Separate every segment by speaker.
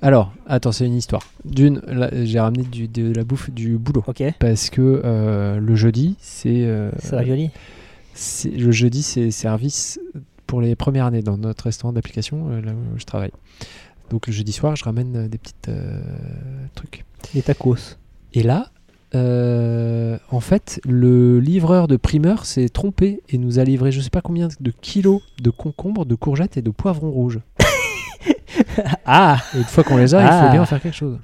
Speaker 1: Alors, attends, c'est une histoire. D'une, là, j'ai ramené du- de la bouffe du boulot.
Speaker 2: Ok,
Speaker 1: Parce que euh, le jeudi, c'est. euh,
Speaker 2: ça va joli.
Speaker 1: c'est- le jeudi, c'est service pour les premières années dans notre restaurant d'application, euh, là où je travaille. Donc le jeudi soir, je ramène euh, des petites euh, trucs.
Speaker 2: Les tacos.
Speaker 1: Et là, euh, en fait, le livreur de primeur s'est trompé et nous a livré je sais pas combien de kilos de concombres, de courgettes et de poivrons rouges.
Speaker 2: Ah
Speaker 1: Et une fois qu'on les a, il
Speaker 2: Ah.
Speaker 1: faut bien en faire quelque chose.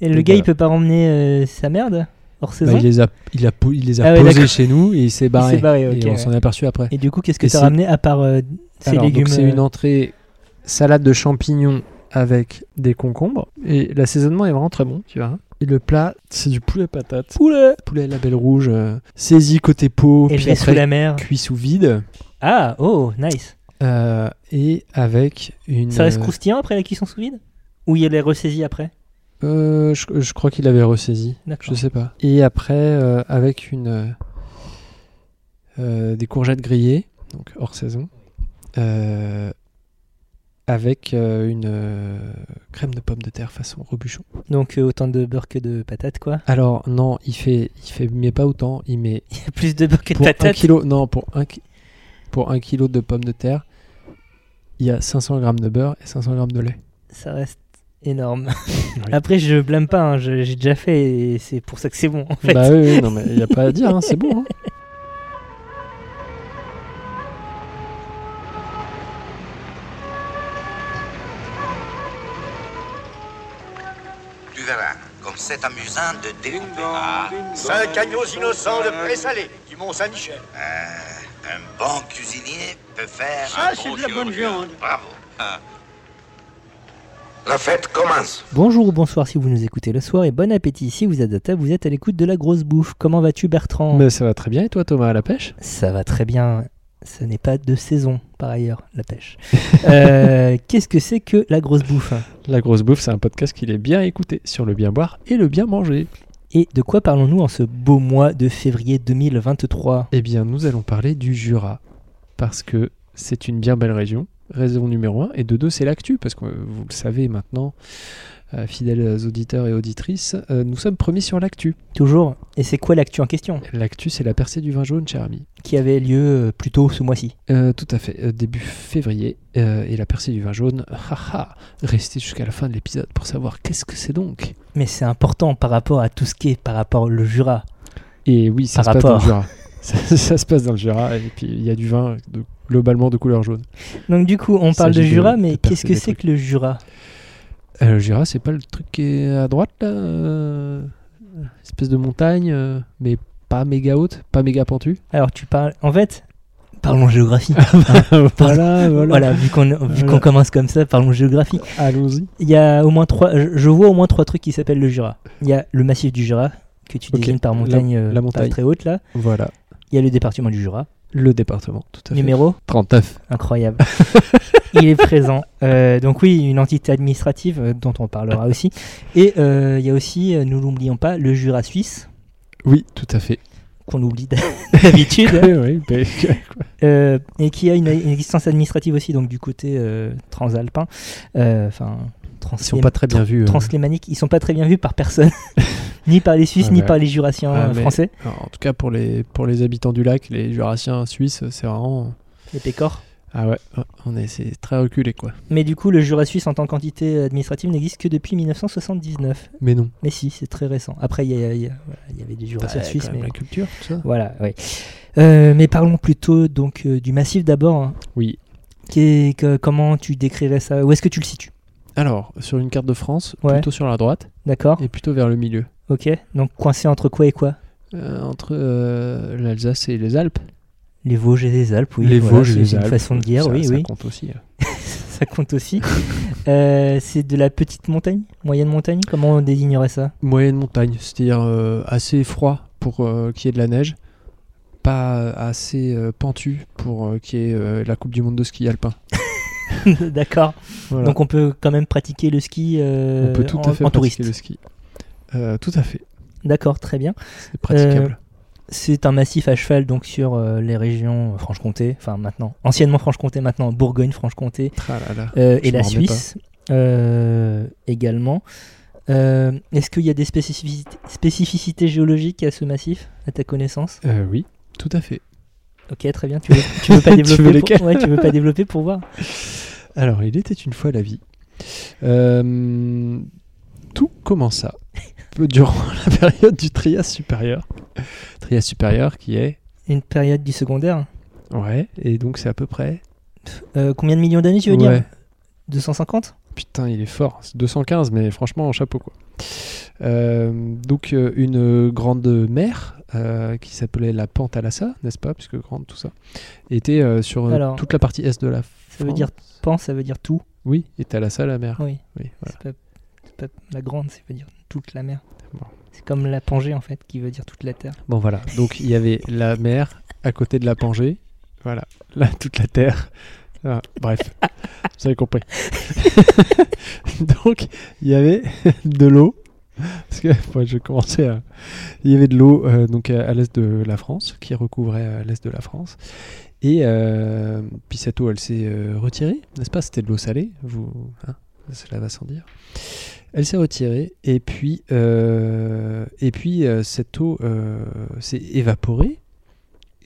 Speaker 2: Et le
Speaker 1: Donc,
Speaker 2: gars, il
Speaker 1: voilà.
Speaker 2: peut pas emmener euh, sa merde hors
Speaker 1: Bah,
Speaker 2: saison
Speaker 1: il les a, il a, po- il les a
Speaker 2: Ah ouais,
Speaker 1: posés
Speaker 2: d'accord.
Speaker 1: chez nous et il s'est barré.
Speaker 2: barré, ok,
Speaker 1: et on
Speaker 2: ouais.
Speaker 1: s'en est aperçu après.
Speaker 2: Et du coup, qu'est-ce que
Speaker 1: Et
Speaker 2: t'as
Speaker 1: c'est-
Speaker 2: ramené à part euh, ces
Speaker 1: Alors, donc,
Speaker 2: légumes
Speaker 1: c'est
Speaker 2: euh,
Speaker 1: une entrée salade de champignons avec des concombres. Et l'assaisonnement est vraiment très bon, tu vois. Et le plat, c'est du poulet patate. Poulet Poulet label rouge, euh, saisi côté peau,
Speaker 2: Et
Speaker 1: puis
Speaker 2: le sous
Speaker 1: après
Speaker 2: la mer.
Speaker 1: cuit sous vide.
Speaker 2: Ah, oh, nice.
Speaker 1: Euh, et avec une...
Speaker 2: Ça reste croustillant après la cuisson sous vide Ou il y a les ressaisis après
Speaker 1: euh, je, je crois qu'il avait ressaisi.
Speaker 2: D'accord.
Speaker 1: Je sais pas. Et après, euh, avec une euh, euh, des courgettes grillées, donc hors saison, euh, avec euh, une euh, crème de pommes de terre façon rebuchon.
Speaker 2: Donc euh, autant de beurre que de patates, quoi.
Speaker 1: Alors non, il fait, il fait, mais pas autant. Il met
Speaker 2: Il y a plus de beurre que de
Speaker 1: pour un
Speaker 2: patates.
Speaker 1: kilo, non pour un ki- pour un kilo de pommes de terre, il y a 500 grammes de beurre et 500 grammes de lait.
Speaker 2: Ça reste énorme. Après, je blâme pas, hein, je- j'ai déjà fait et c'est pour ça que c'est bon, en fait.
Speaker 1: Bah oui, oui, non mais il y a pas à dire, hein, c'est bon. hein.
Speaker 3: Tu verras, comme c'est amusant de découper. Ah,
Speaker 4: Cinq agneaux innocents de présalé du Mont-Saint-Michel.
Speaker 3: Euh, un bon cuisinier peut faire
Speaker 4: Ça,
Speaker 3: un
Speaker 4: c'est
Speaker 3: bon
Speaker 4: de la bonne
Speaker 3: chirurgien.
Speaker 4: viande.
Speaker 3: Bravo. La fête commence.
Speaker 2: Bonjour ou bonsoir si vous nous écoutez le soir et bon appétit si vous êtes à table, vous êtes à l'écoute de la grosse bouffe. Comment vas-tu, Bertrand
Speaker 1: Mais ça va très bien et toi Thomas à la pêche
Speaker 2: Ça va très bien. Ce n'est pas de saison, par ailleurs, la pêche. Euh, Qu'est-ce que c'est que la grosse bouffe
Speaker 1: La grosse bouffe, c'est un podcast qu'il est bien écouté sur le bien boire et le bien manger.
Speaker 2: Et de quoi parlons-nous en ce beau mois de février 2023
Speaker 1: Eh bien, nous allons parler du Jura, parce que c'est une bien belle région. Raison numéro 1. Et de deux, c'est l'actu, parce que euh, vous le savez maintenant, euh, fidèles auditeurs et auditrices, euh, nous sommes premiers sur l'actu.
Speaker 2: Toujours. Et c'est quoi l'actu en question
Speaker 1: L'actu, c'est la percée du vin jaune, cher ami.
Speaker 2: qui avait lieu euh, plus tôt ce mois-ci
Speaker 1: Euh, tout à fait, euh, début février, euh, et la percée du vin jaune, haha, restez jusqu'à la fin de l'épisode pour savoir qu'est-ce que c'est donc.
Speaker 2: Mais c'est important par rapport à tout ce qui est par rapport le Jura.
Speaker 1: Et oui, ça
Speaker 2: Par
Speaker 1: se passe dans le
Speaker 2: rapport.
Speaker 1: Jura. ça, ça se passe dans le Jura, et puis il y a du vin de- globalement de couleur jaune.
Speaker 2: Donc du coup, on
Speaker 1: Il
Speaker 2: parle de
Speaker 1: s'agit de-
Speaker 2: Jura,
Speaker 1: de
Speaker 2: mais
Speaker 1: percer
Speaker 2: qu'est-ce que
Speaker 1: des
Speaker 2: c'est
Speaker 1: trucs.
Speaker 2: que le Jura
Speaker 1: Euh, le Jura, c'est pas le truc qui est à droite, là euh, Espèce de montagne, euh, mais pas méga haute, pas méga pentue.
Speaker 2: Alors tu parles... En fait, parlons géographie.
Speaker 1: voilà, voilà.
Speaker 2: voilà, vu qu'on vu qu'on
Speaker 1: Voilà.
Speaker 2: commence comme ça, parlons géographie.
Speaker 1: Allons-y.
Speaker 2: Il y a au moins trois. Je je vois au moins trois trucs qui s'appellent le Jura. Il y a le massif du Jura que tu
Speaker 1: Ok,
Speaker 2: désignes par
Speaker 1: la-
Speaker 2: montagne, euh,
Speaker 1: la
Speaker 2: pas
Speaker 1: montagne.
Speaker 2: très haute là.
Speaker 1: Voilà,
Speaker 2: Il y a le département du Jura.
Speaker 1: le département, tout à fait.
Speaker 2: Numéro
Speaker 1: 39.
Speaker 2: incroyable. Il est présent. Euh, donc oui, une entité administrative euh, dont on parlera aussi. Et euh, il y a aussi, euh, nous l'oublions pas, le Jura suisse
Speaker 1: Oui, tout à fait.
Speaker 2: qu'on oublie d'habitude
Speaker 1: Oui, oui, mais-
Speaker 2: euh, et qui a une, une existence administrative aussi donc du côté euh, transalpin. Euh, Enfin, trans-
Speaker 1: Ils sont pas très bien vus. euh.
Speaker 2: translémaniques, ils sont pas très bien vus par personne, ni par les Suisses,
Speaker 1: Ah
Speaker 2: ni
Speaker 1: bah.
Speaker 2: par les Jurassiens
Speaker 1: Ah,
Speaker 2: euh,
Speaker 1: mais-
Speaker 2: français,
Speaker 1: Alors, en tout cas, pour les, pour les habitants du lac, les Jurassiens suisses, c'est vraiment.
Speaker 2: les Pécores.
Speaker 1: Ah ouais, ouais, on est, c'est très reculé, quoi.
Speaker 2: Mais du coup, le Jura suisse en tant qu'entité administrative n'existe que depuis 1979.
Speaker 1: Mais non.
Speaker 2: Mais si, c'est très récent. Après, il y, a- il y a- voilà, il y avait des Jurassiens
Speaker 1: Bah,
Speaker 2: suisses,
Speaker 1: quand même
Speaker 2: mais
Speaker 1: La culture, tout ça.
Speaker 2: voilà. oui. Euh, mais parlons plutôt donc euh, du massif d'abord. hein.
Speaker 1: Oui.
Speaker 2: Qu'est- que- comment tu décrirais ça Où est-ce que tu le situes
Speaker 1: Alors, sur une carte de France,
Speaker 2: Ouais.
Speaker 1: plutôt sur la droite
Speaker 2: D'accord.
Speaker 1: et plutôt vers le milieu.
Speaker 2: Ok. Donc coincé entre quoi et quoi
Speaker 1: Euh, entre euh, l'Alsace et les Alpes.
Speaker 2: Les Vosges et les Alpes. Oui.
Speaker 1: les
Speaker 2: voilà,
Speaker 1: Vosges,
Speaker 2: c'est
Speaker 1: les
Speaker 2: une
Speaker 1: Alpes.
Speaker 2: façon de dire.
Speaker 1: ça,
Speaker 2: oui,
Speaker 1: ça
Speaker 2: oui.
Speaker 1: compte aussi. hein.
Speaker 2: ça compte aussi. Euh, c'est de la petite montagne, moyenne montagne Comment on désignerait ça
Speaker 1: Moyenne montagne, c'est-à-dire euh, assez froid pour euh, qu'il y ait de la neige, pas euh, assez euh, pentu pour euh, qu'il y ait euh, la Coupe du Monde de ski alpin.
Speaker 2: D'accord.
Speaker 1: Voilà.
Speaker 2: Donc on peut quand même pratiquer le ski euh,
Speaker 1: on peut tout
Speaker 2: en,
Speaker 1: à fait
Speaker 2: en
Speaker 1: pratiquer
Speaker 2: touriste.
Speaker 1: le ski. Euh, tout à fait,
Speaker 2: D'accord, très bien.
Speaker 1: c'est praticable.
Speaker 2: Euh, C'est un massif à cheval donc sur euh, les régions Franche-Comté, enfin maintenant, anciennement Franche-Comté, maintenant Bourgogne, Franche-Comté
Speaker 1: Tralala.
Speaker 2: euh,
Speaker 1: Je
Speaker 2: et la
Speaker 1: m'en remets
Speaker 2: Suisse. Euh, également. Euh, Est-ce qu'il y a des spécificités, spécificités géologiques à ce massif, à ta connaissance
Speaker 1: Euh, oui, tout à fait.
Speaker 2: Ok, très bien. Tu veux, tu veux pas
Speaker 1: Tu
Speaker 2: développer
Speaker 1: veux lesquelles
Speaker 2: pour... ouais, tu veux pas développer pour voir
Speaker 1: Alors, il était une fois la vie. Euh, tout commença peu durant la période du Trias supérieur. Trias supérieur qui est.
Speaker 2: Une période du secondaire.
Speaker 1: Ouais, et donc c'est à peu près.
Speaker 2: Euh, combien de millions d'années tu veux
Speaker 1: Ouais.
Speaker 2: dire 250
Speaker 1: Putain, il est fort. C'est 215, mais franchement, en chapeau quoi. Euh, donc, euh, une grande mer euh, qui s'appelait la Pantalassa, n'est-ce pas Puisque grande, tout ça, était euh, sur euh,
Speaker 2: Alors,
Speaker 1: toute la partie est de la France.
Speaker 2: Ça veut dire pan, ça veut dire tout.
Speaker 1: Oui, et Thalassa, la mer.
Speaker 2: Oui.
Speaker 1: Oui, voilà.
Speaker 2: C'est pas, c'est pas la grande, ça veut dire toute la mer.
Speaker 1: Bon.
Speaker 2: C'est comme la Pangée en fait, qui veut dire toute la terre.
Speaker 1: Bon voilà, donc il y avait la mer à côté de la Pangée, voilà, là toute la terre. Ah, bref, vous avez compris. donc il y avait de l'eau, parce que moi, je commençais à... Il y avait de l'eau euh, donc à à l'est de la France, qui recouvrait euh, l'est de la France. Et euh, puis cette eau, elle s'est euh, retirée, n'est-ce pas C'était de l'eau salée, vous, hein, cela va sans dire. Elle s'est retirée et puis, euh, et puis euh, cette eau euh, s'est évaporée.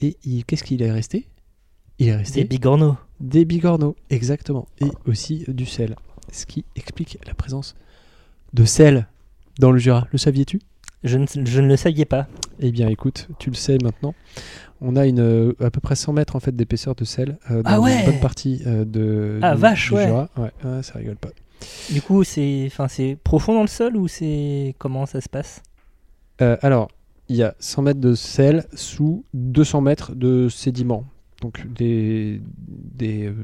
Speaker 1: Et il- qu'est-ce qu'il est resté Il est resté
Speaker 2: Des bigorneaux.
Speaker 1: des bigorneaux, exactement. Et
Speaker 2: Ah.
Speaker 1: aussi du sel. Ce qui explique la présence de sel dans le Jura. Le saviez-tu
Speaker 2: Je ne, je ne le savais pas.
Speaker 1: Eh bien écoute, tu le sais maintenant. On a une, euh, à peu près 100 mètres en fait, d'épaisseur de sel euh, dans
Speaker 2: Ah ouais
Speaker 1: une bonne partie euh, de,
Speaker 2: Ah,
Speaker 1: du-
Speaker 2: vache,
Speaker 1: du
Speaker 2: ouais.
Speaker 1: Jura. Ouais, ouais, ça rigole pas.
Speaker 2: Du coup, c'est enfin, c'est profond dans le sol ou c'est. Comment ça se passe
Speaker 1: Euh, alors, il y a 100 mètres de sel sous 200 mètres de sédiments. Donc des, des, euh,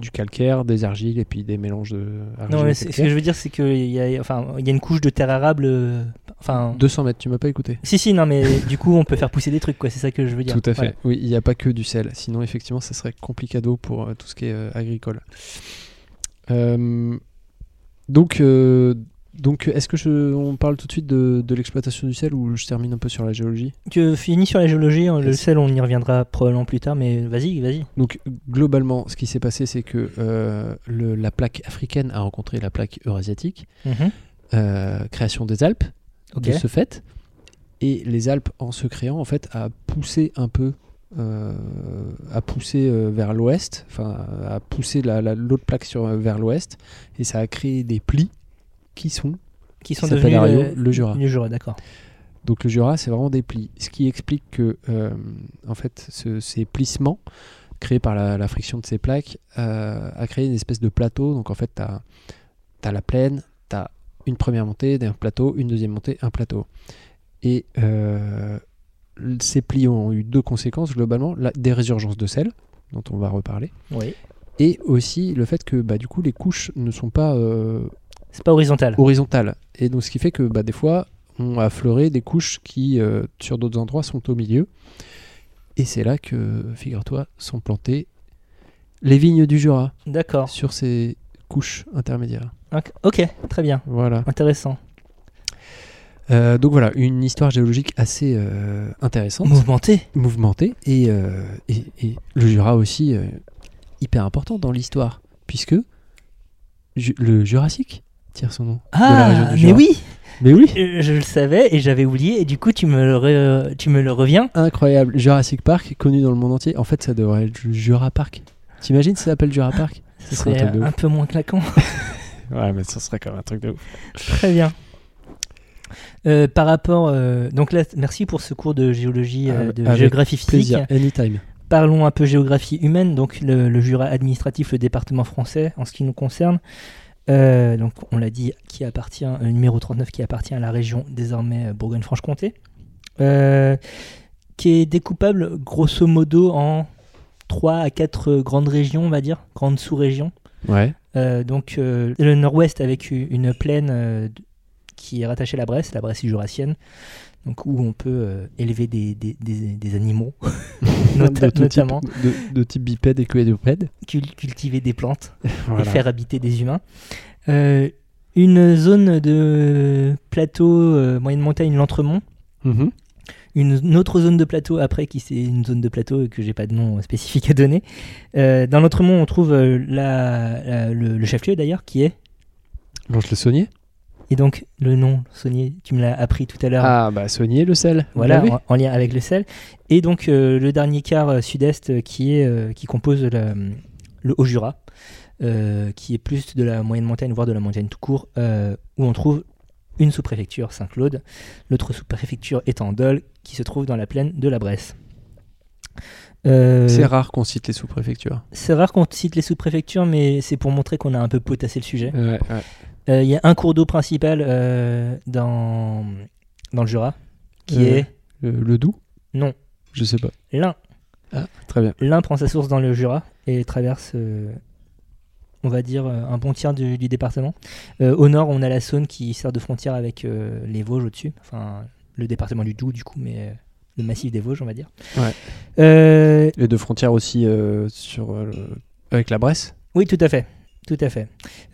Speaker 1: du calcaire, des argiles et puis des mélanges de argile
Speaker 2: Non,
Speaker 1: et
Speaker 2: mais c'est- ce
Speaker 1: calcaire.
Speaker 2: que Ah, je veux dire, c'est qu'il y, a- enfin, il y a une couche de terre arable. euh, Enfin.
Speaker 1: 200 mètres, tu m'as pas écouté
Speaker 2: Si, si, non, mais du coup, on peut faire pousser des trucs, quoi. C'est ça que je veux dire.
Speaker 1: Tout à fait.
Speaker 2: Voilà.
Speaker 1: Oui, il n'y a pas que du sel. Sinon, effectivement, ça serait complicado pour euh, tout ce qui est euh, agricole. Euh, donc, euh, donc est-ce que je, on parle tout de suite de, de l'exploitation du sel ou je termine un peu sur la géologie
Speaker 2: Tu finis sur la géologie, hein, le
Speaker 1: Yes.
Speaker 2: sel, on y reviendra probablement plus tard, mais vas-y, vas-y.
Speaker 1: Donc, globalement, ce qui s'est passé, c'est que euh, le- la plaque africaine a rencontré la plaque eurasiatique,
Speaker 2: Mm-hmm.
Speaker 1: euh, création des Alpes,
Speaker 2: Ok.
Speaker 1: de ce fait. Et les Alpes, en se créant, en fait, a poussé un peu, euh, a poussé euh, vers l'ouest, enfin, a poussé la- la- l'autre plaque sur, euh, vers l'ouest, et ça a créé des plis qui sont.
Speaker 2: Qui sont
Speaker 1: Ça s'appelle
Speaker 2: devenus
Speaker 1: Ario,
Speaker 2: euh,
Speaker 1: le Jura.
Speaker 2: Le Jura, d'accord.
Speaker 1: Donc le Jura, c'est vraiment des plis, ce qui explique que, euh, en fait, ce- ces plissements créés par la, la friction de ces plaques euh, a créé une espèce de plateau. Donc en fait, tu as, la plaine, tu as une première montée, un plateau, une deuxième montée, un plateau. Et euh, l- ces plis ont eu deux conséquences globalement la, des résurgences de sel, dont on va reparler,
Speaker 2: Oui.
Speaker 1: et aussi le fait que bah, du coup les couches ne sont pas euh,
Speaker 2: C'est pas horizontal.
Speaker 1: Oh. horizontale. Et donc ce qui fait que bah, des fois, on a affleuré des couches qui, euh, sur d'autres endroits, sont au milieu. Et c'est là que, figure-toi, sont plantées les vignes du Jura
Speaker 2: D'accord.
Speaker 1: sur ces couches intermédiaires.
Speaker 2: Ok, Ok, très bien.
Speaker 1: Voilà.
Speaker 2: Intéressant.
Speaker 1: Euh, donc voilà, une histoire géologique assez euh, intéressante,
Speaker 2: Mouvementé.
Speaker 1: mouvementée, et, euh, et, et le Jura aussi euh, hyper important dans l'histoire, puisque ju- le Jurassique tire son nom de la région
Speaker 2: Ah,
Speaker 1: du
Speaker 2: mais
Speaker 1: Jura.
Speaker 2: oui,
Speaker 1: Mais oui,
Speaker 2: euh, je le savais et j'avais oublié, et du coup, tu me le, re- tu me le reviens.
Speaker 1: Incroyable. Jurassic Park, connu dans le monde entier. En fait, ça devrait être Ju- Jura Park. T'imagines si ça s'appelle Jura Park
Speaker 2: Ce
Speaker 1: serait un
Speaker 2: serait
Speaker 1: truc de
Speaker 2: un,
Speaker 1: ouf.
Speaker 2: peu moins claquant.
Speaker 1: Ouais, mais ça serait quand même un truc de ouf.
Speaker 2: très bien. Euh, par rapport. euh, donc là, merci pour ce cours de géologie, euh,
Speaker 1: Ah, Avec
Speaker 2: de géographie physique.
Speaker 1: Plaisir, anytime.
Speaker 2: Parlons un peu géographie humaine, donc le, le Jura administratif, le département français en ce qui nous concerne. Euh, donc on l'a dit, qui appartient, euh, numéro 39, qui appartient à la région désormais euh, Bourgogne-Franche-Comté, Euh, qui est découpable grosso modo en 3 à 4 grandes régions, on va dire, grandes sous-régions.
Speaker 1: Ouais.
Speaker 2: Euh, donc euh, le nord-ouest avec u- une plaine euh, d- qui est rattachée à la Bresse, la Bresse jurassienne, donc où on peut euh, élever des, des- des- des animaux, nota-
Speaker 1: de, tout type,
Speaker 2: notamment
Speaker 1: de, de type bipède et quadrupède.
Speaker 2: cul- cultiver des plantes
Speaker 1: Voilà.
Speaker 2: et faire habiter des humains. Euh, une zone de plateau, euh, moyenne montagne, l'Entremont.
Speaker 1: Mhm.
Speaker 2: Une, une autre zone de plateau après, qui c'est une zone de plateau que j'ai pas de nom euh, spécifique à donner. Euh, dans l'Entremont, on trouve euh, la- la- le, le chef-lieu d'ailleurs, qui est
Speaker 1: Blanche le saunier
Speaker 2: Et donc, le nom, Saunier, tu me l'as appris tout à l'heure.
Speaker 1: Ah, bah saunier le sel. Bah vous
Speaker 2: Voilà,
Speaker 1: l'avez
Speaker 2: en, en lien avec le sel. Et donc euh, le dernier quart euh, sud-est euh, qui, est, euh, qui compose la- le Haut-Jura, euh, qui est plus de la moyenne montagne, voire de la montagne tout court, euh, où on trouve une sous-préfecture, Saint-Claude, l'autre sous-préfecture étant Dole, qui se trouve dans la plaine de la Bresse. Euh,
Speaker 1: C'est rare qu'on cite les sous-préfectures.
Speaker 2: c'est rare qu'on cite les sous-préfectures, mais c'est pour montrer qu'on a un peu potassé le sujet.
Speaker 1: Ouais, ouais.
Speaker 2: Euh, Il y a un cours d'eau principal euh, dans, dans le Jura, qui
Speaker 1: Euh,
Speaker 2: est
Speaker 1: Le, le Doubs
Speaker 2: Non.
Speaker 1: Je sais pas.
Speaker 2: l'Ain.
Speaker 1: Ah, très bien.
Speaker 2: L'un prend sa source dans le Jura et traverse, euh, on va dire, euh, un bon tiers du, du département. Euh, au nord, on a la Saône qui sert de frontière avec euh, les Vosges au-dessus, enfin le département du Doubs du coup, mais euh, le massif des Vosges, on va dire.
Speaker 1: Ouais.
Speaker 2: Euh,
Speaker 1: Les deux frontières aussi euh, sur, euh, le- avec la Bresse.
Speaker 2: oui, tout à fait. Tout à fait.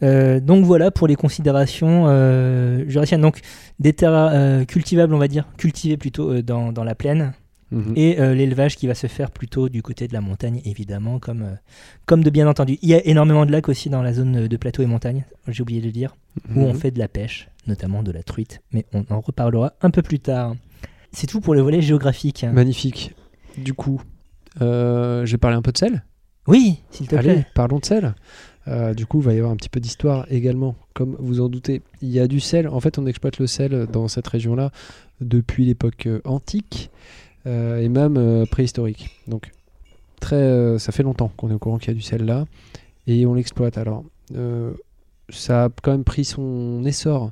Speaker 2: Euh, donc voilà pour les considérations euh, jurassiennes. Donc des terres euh, cultivables, on va dire, cultivées plutôt euh, dans, dans la plaine,
Speaker 1: Mhm.
Speaker 2: et euh, l'élevage qui va se faire plutôt du côté de la montagne, évidemment, comme, euh, comme de bien entendu. Il y a énormément de lacs aussi dans la zone euh, de plateau et montagne, j'ai oublié de le dire, où on
Speaker 1: Mhm.
Speaker 2: fait de la pêche, notamment de la truite, mais on en reparlera un peu plus tard. C'est tout pour le volet géographique.
Speaker 1: Magnifique. Du coup, euh, j'ai parlé un peu de sel.
Speaker 2: Oui, s'il te
Speaker 1: Allez,
Speaker 2: plaît.
Speaker 1: parlons de sel. Euh, du coup, il va y avoir un petit peu d'histoire également. Comme vous en doutez, il y a du sel. En fait, on exploite le sel dans cette région-là depuis l'époque euh, antique euh, et même euh, préhistorique. Donc, très, euh, ça fait longtemps qu'on est au courant qu'il y a du sel là et on l'exploite. Alors, euh, ça a quand même pris son essor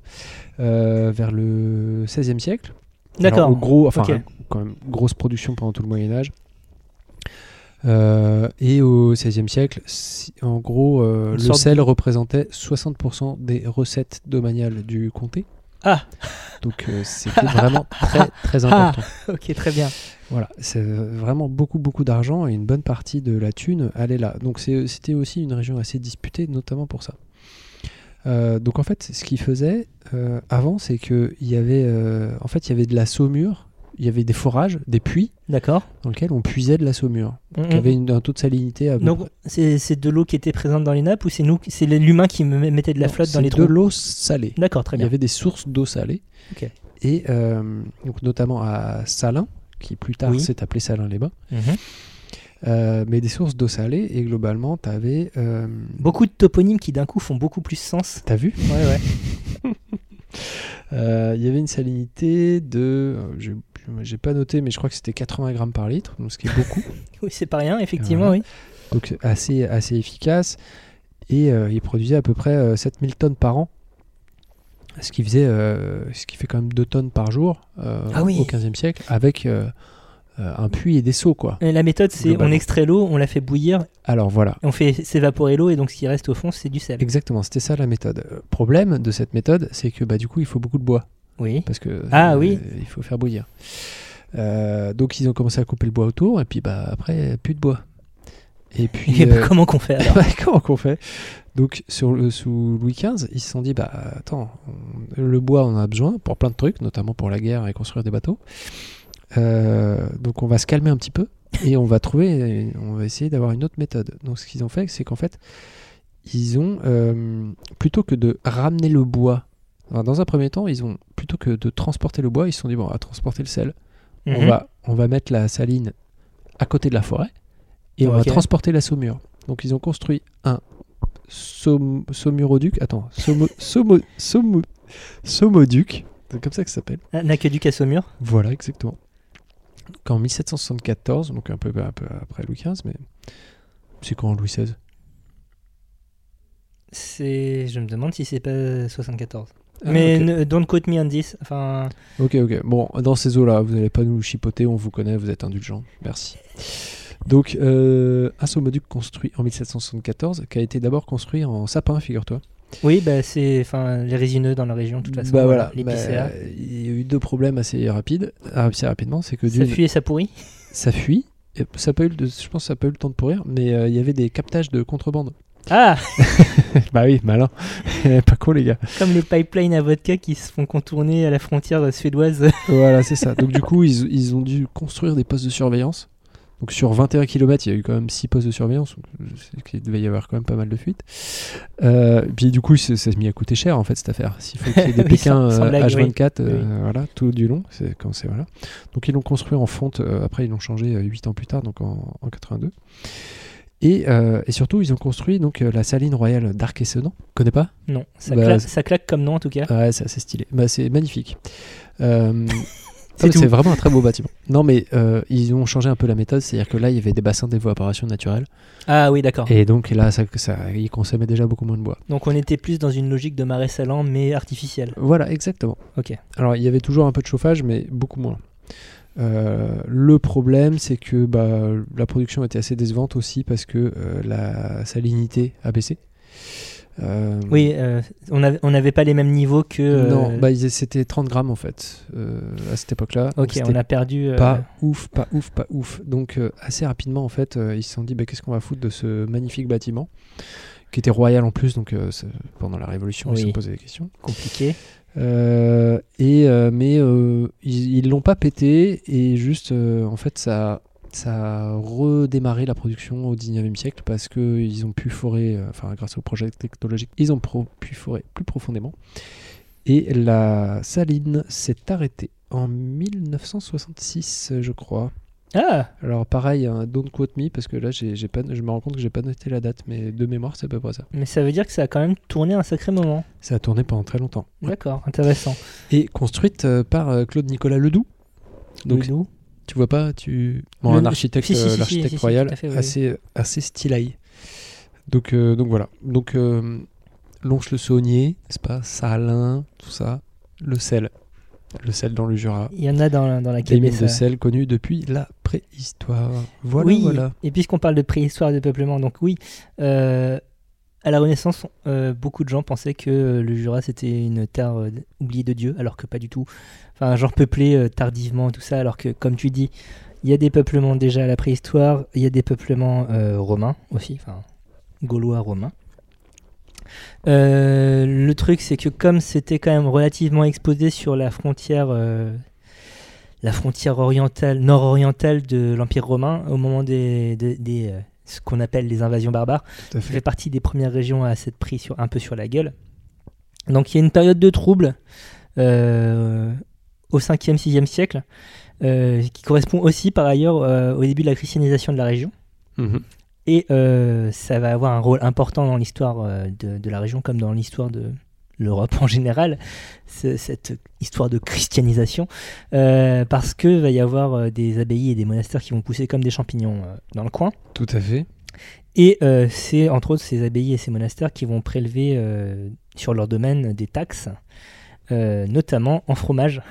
Speaker 1: euh, vers le 16e siècle. Alors, au
Speaker 2: D'accord.
Speaker 1: gros, enfin, hein,
Speaker 2: Ok.
Speaker 1: quand même, grosse production pendant tout le Moyen Âge. Euh, et au XVIe siècle, si- en gros, euh,
Speaker 2: Une
Speaker 1: le
Speaker 2: sorte
Speaker 1: sel représentait 60% des recettes domaniales du comté.
Speaker 2: Ah.
Speaker 1: Donc euh, c'était vraiment très très important.
Speaker 2: Ok, très bien.
Speaker 1: Voilà, c'est euh, vraiment beaucoup beaucoup d'argent et une bonne partie de la thune allait là. Donc c'est- euh, c'était aussi une région assez disputée, notamment pour ça. Euh, donc en fait, ce qu'ils faisaient euh, avant, c'est que il y avait, euh, en fait, il y avait de la saumure, il y avait des forages, des puits
Speaker 2: D'accord.
Speaker 1: dans lesquels on puisait de la saumure,
Speaker 2: Mhm.
Speaker 1: qui avait une- un taux de salinité. À peu
Speaker 2: Donc
Speaker 1: près.
Speaker 2: c'est c'est de l'eau qui était présente dans les nappes ou c'est nous, qui- c'est l'humain qui me mettait de la
Speaker 1: Non,
Speaker 2: flotte dans
Speaker 1: c'est
Speaker 2: les
Speaker 1: de
Speaker 2: trous
Speaker 1: l'eau salée.
Speaker 2: D'accord, très
Speaker 1: Il y
Speaker 2: bien.
Speaker 1: avait des sources d'eau salée.
Speaker 2: Ok.
Speaker 1: Et euh, donc notamment à Salins, qui plus tard
Speaker 2: Oui.
Speaker 1: s'est appelé Salins-les-Bains,
Speaker 2: Mhm.
Speaker 1: euh, mais des sources d'eau salée. Et globalement, tu avais.
Speaker 2: Beaucoup de toponymes qui d'un coup font beaucoup plus sens.
Speaker 1: T'as vu
Speaker 2: Ouais, ouais.
Speaker 1: Euh, Il y avait une salinité de. euh, j'ai- J'ai pas noté, mais je crois que c'était 80 grammes par litre, donc ce qui est beaucoup.
Speaker 2: Oui, c'est pas rien, effectivement,
Speaker 1: Voilà.
Speaker 2: oui.
Speaker 1: donc c'est assez, assez efficace. Et euh, il produisait à peu près euh, 7000 tonnes par an, ce qui, faisait, euh, ce qui fait quand même 2 tonnes par jour euh,
Speaker 2: Ah oui.
Speaker 1: au 15e siècle, avec euh, euh, un puits et des seaux, quoi.
Speaker 2: Et Euh, la méthode, c'est on
Speaker 1: Globalement.
Speaker 2: extrait l'eau, on la fait bouillir,
Speaker 1: Alors voilà,
Speaker 2: on fait s'évaporer l'eau et donc ce qui reste au fond, c'est du sel.
Speaker 1: exactement, c'était ça la méthode. Le problème de cette méthode, c'est que bah, du coup, il faut beaucoup de bois.
Speaker 2: Oui.
Speaker 1: parce que
Speaker 2: Ah
Speaker 1: euh,
Speaker 2: oui.
Speaker 1: il faut faire bouillir. Euh, donc ils ont commencé à couper le bois autour et puis bah après plus de bois. Et puis
Speaker 2: Et bah,
Speaker 1: euh,
Speaker 2: comment qu'on fait alors
Speaker 1: bah, comment qu'on fait Donc sur le, sous Louis XV, ils se sont dit bah attends, on- le bois on en a besoin pour plein de trucs, notamment pour la guerre et construire des bateaux. Euh, donc on va se calmer un petit peu et on va trouver, on va essayer d'avoir une autre méthode. Donc ce qu'ils ont fait, c'est qu'en fait ils ont euh, plutôt que de ramener le bois alors, dans un premier temps, ils ont plutôt que de transporter le bois, ils se sont dit bon, on va transporter le sel. On
Speaker 2: Mhm.
Speaker 1: va on va mettre la saline à côté de la forêt et on va
Speaker 2: Ok.
Speaker 1: transporter la saumure. Donc ils ont construit un saum- saumuroduc. Attends, saumo- saumo- saumo- saumoduc. C'est comme ça que ça s'appelle.
Speaker 2: Ah, L'aqueduc à Saumur
Speaker 1: Voilà, exactement. Qu'en 1774, donc un peu, un peu après Louis XV, mais c'est quand Louis XVI
Speaker 2: C'est. Je me demande si c'est pas 74.
Speaker 1: Ah,
Speaker 2: Mais
Speaker 1: ok.
Speaker 2: ne- don't quote me on this. Enfin,
Speaker 1: Ok, ok. Bon, dans ces eaux-là, vous n'allez pas nous chipoter, on vous connaît, vous êtes indulgents. Merci. Donc, euh, un saumoduc construit en 1774, qui a été d'abord construit en sapin, figure-toi.
Speaker 2: oui, bah c'est. Enfin, les résineux dans la région, de toute façon.
Speaker 1: Bah voilà,
Speaker 2: Les
Speaker 1: bah, il y a eu deux problèmes assez rapides, assez rapidement, c'est que
Speaker 2: ça
Speaker 1: d'une,
Speaker 2: fuit et ça pourrit
Speaker 1: ça fuit, et ça a pas eu, le- je pense que ça n'a pas eu le temps de pourrir, mais euh, il y avait des captages de contrebande.
Speaker 2: Ah
Speaker 1: bah oui, malin, pas con les gars.
Speaker 2: Comme les pipelines à vodka qui se font contourner à la frontière suédoise.
Speaker 1: Voilà, c'est ça. Donc du coup, ils, ils ont dû construire des postes de surveillance Donc sur 21 km, il y a eu quand même 6 postes de surveillance, donc je sais qu'il devait y avoir quand même pas mal de fuites. Euh, puis du coup, c'est- ça s'est mis à coûter cher en fait cette affaire. S'il faut qu'il y ait des
Speaker 2: Oui,
Speaker 1: Pékins
Speaker 2: sans- sans
Speaker 1: euh,
Speaker 2: blague, oui.
Speaker 1: H24, euh,
Speaker 2: Oui.
Speaker 1: voilà, tout du long. C'est quand c'est voilà. Donc ils l'ont construit en fonte. euh, après, ils l'ont changé 8 ans plus tard, donc en, en 82. Et, euh, et surtout, ils ont construit donc euh, la saline royale d'Arc-et-Sedan. Connais pas
Speaker 2: Non, ça,
Speaker 1: Bah,
Speaker 2: claque,
Speaker 1: c'est-
Speaker 2: ça claque comme nom en tout cas.
Speaker 1: Ouais, c'est assez stylé. Bah, c'est magnifique. Euh,
Speaker 2: C'est
Speaker 1: ah, mais
Speaker 2: tout.
Speaker 1: c'est vraiment un très beau bâtiment. Non, mais euh, ils ont changé un peu la méthode, c'est-à-dire que là, il y avait des bassins d'évaporation naturelle.
Speaker 2: Ah oui, d'accord.
Speaker 1: Et donc là, ça, ça, ils consommaient déjà beaucoup moins de bois.
Speaker 2: Donc on était plus dans une logique de marais salant mais artificielle.
Speaker 1: Voilà, exactement.
Speaker 2: Ok.
Speaker 1: Alors, il y avait toujours un peu de chauffage, mais beaucoup moins. Euh, le problème, c'est que bah, la production était assez décevante aussi parce que euh, la salinité a baissé. Euh,
Speaker 2: Oui, euh, on n'avait on n'avait pas les mêmes niveaux que. euh,
Speaker 1: Non, bah, ils- c'était 30 grammes en fait euh, à cette époque-là. Donc,
Speaker 2: ok,
Speaker 1: c'était
Speaker 2: on a perdu. euh,
Speaker 1: pas ouf, pas ouf, pas ouf. Donc euh, assez rapidement en fait, euh, ils se sont dit bah, qu'est-ce qu'on va foutre de ce magnifique bâtiment qui était royal en plus, donc euh, c'est- pendant la Révolution ils se
Speaker 2: Oui.
Speaker 1: sont posé des questions.
Speaker 2: compliqué.
Speaker 1: Euh, et euh, mais euh, ils ils l'ont pas pété et juste euh, en fait ça ça a redémarré la production au 19e siècle parce que ils ont pu forer, euh, enfin grâce au projet technologique, ils ont pro- pu forer plus profondément. Et la saline s'est arrêtée en 1966, je crois.
Speaker 2: Ah,
Speaker 1: Alors pareil, hein, don't quote me parce que là j'ai j'ai pas, je me rends compte que j'ai pas noté la date, mais de mémoire c'est à peu près ça.
Speaker 2: mais ça veut dire que ça a quand même tourné un sacré moment.
Speaker 1: Ça a tourné pendant très longtemps.
Speaker 2: D'accord, intéressant.
Speaker 1: Et construite euh, par euh, Claude Nicolas Ledoux. Donc
Speaker 2: Le loup.
Speaker 1: tu vois pas, tu bon,
Speaker 2: Le-
Speaker 1: un architecte,
Speaker 2: si, si, si,
Speaker 1: euh,
Speaker 2: si,
Speaker 1: l'architecte
Speaker 2: si, si,
Speaker 1: royal
Speaker 2: tout à fait, oui.
Speaker 1: assez assez stylé. Donc euh, donc voilà. Donc euh, Lonche le Saunier, n'est-ce pas, Salin, tout ça, le sel, le sel dans le Jura.
Speaker 2: Il y en a dans, la- dans la
Speaker 1: Des mines
Speaker 2: caisse,
Speaker 1: de
Speaker 2: euh.
Speaker 1: sel connues depuis la préhistoire. Voilà,
Speaker 2: oui,
Speaker 1: voilà.
Speaker 2: et puisqu'on parle de préhistoire et de peuplement, donc oui, euh, à la Renaissance, euh, beaucoup de gens pensaient que euh, le Jura c'était une terre euh, oubliée de Dieu, alors que pas du tout. Enfin, genre peuplée euh, tardivement, tout ça, alors que, comme tu dis, il y a des peuplements déjà à la préhistoire, il y a des peuplements euh, romains aussi, enfin, gaulois romains. Euh, le truc, c'est que comme c'était quand même relativement exposé sur la frontière euh, la frontière orientale, nord-orientale de l'Empire romain au moment des, des- des, euh, ce qu'on appelle les invasions barbares.
Speaker 1: Tout à
Speaker 2: Ça
Speaker 1: fait.
Speaker 2: fait partie des premières régions à s'être pris sur, un peu sur la gueule. Donc il y a une période de trouble euh, au 5e, 6e siècle, euh, qui correspond aussi par ailleurs euh, au début de la christianisation de la région.
Speaker 1: Mhm.
Speaker 2: Et euh, ça va avoir un rôle important dans l'histoire euh, de, de la région comme dans l'histoire de l'Europe en général, ce- cette histoire de christianisation, euh, parce que va y avoir euh, des abbayes et des monastères qui vont pousser comme des champignons euh, dans le coin.
Speaker 1: Tout à fait.
Speaker 2: Et euh, c'est entre autres ces abbayes et ces monastères qui vont prélever euh, sur leur domaine des taxes, euh, notamment en fromage.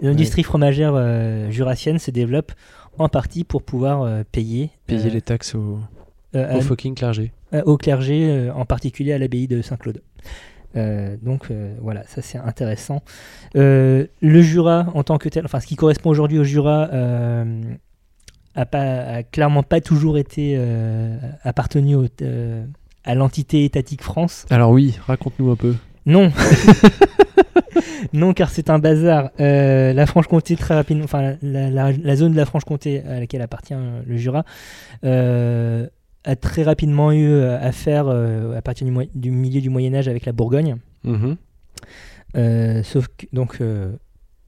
Speaker 2: L'industrie fromagère euh, jurassienne se développe en partie pour pouvoir euh, payer,
Speaker 1: Payer
Speaker 2: euh,
Speaker 1: les taxes au,
Speaker 2: euh,
Speaker 1: au
Speaker 2: à-
Speaker 1: fucking clergé.
Speaker 2: euh, au clergé, euh, en particulier à l'abbaye de Saint-Claude. Euh, donc euh, voilà, ça c'est intéressant. Euh, le Jura en tant que tel, enfin ce qui correspond aujourd'hui au Jura, euh, a, pas, a clairement pas toujours été euh, appartenu au- euh, à l'entité étatique France.
Speaker 1: Alors oui, raconte-nous un peu.
Speaker 2: Non. non, car c'est un bazar. Euh, la Franche-Comté, très rapidement, enfin, la, la- la zone de la Franche-Comté à laquelle appartient euh, le Jura, euh, a très rapidement eu euh, affaire euh, à partir du, moy- du milieu du Moyen-Âge avec la Bourgogne.
Speaker 1: Mhm.
Speaker 2: Euh, sauf que, donc, euh,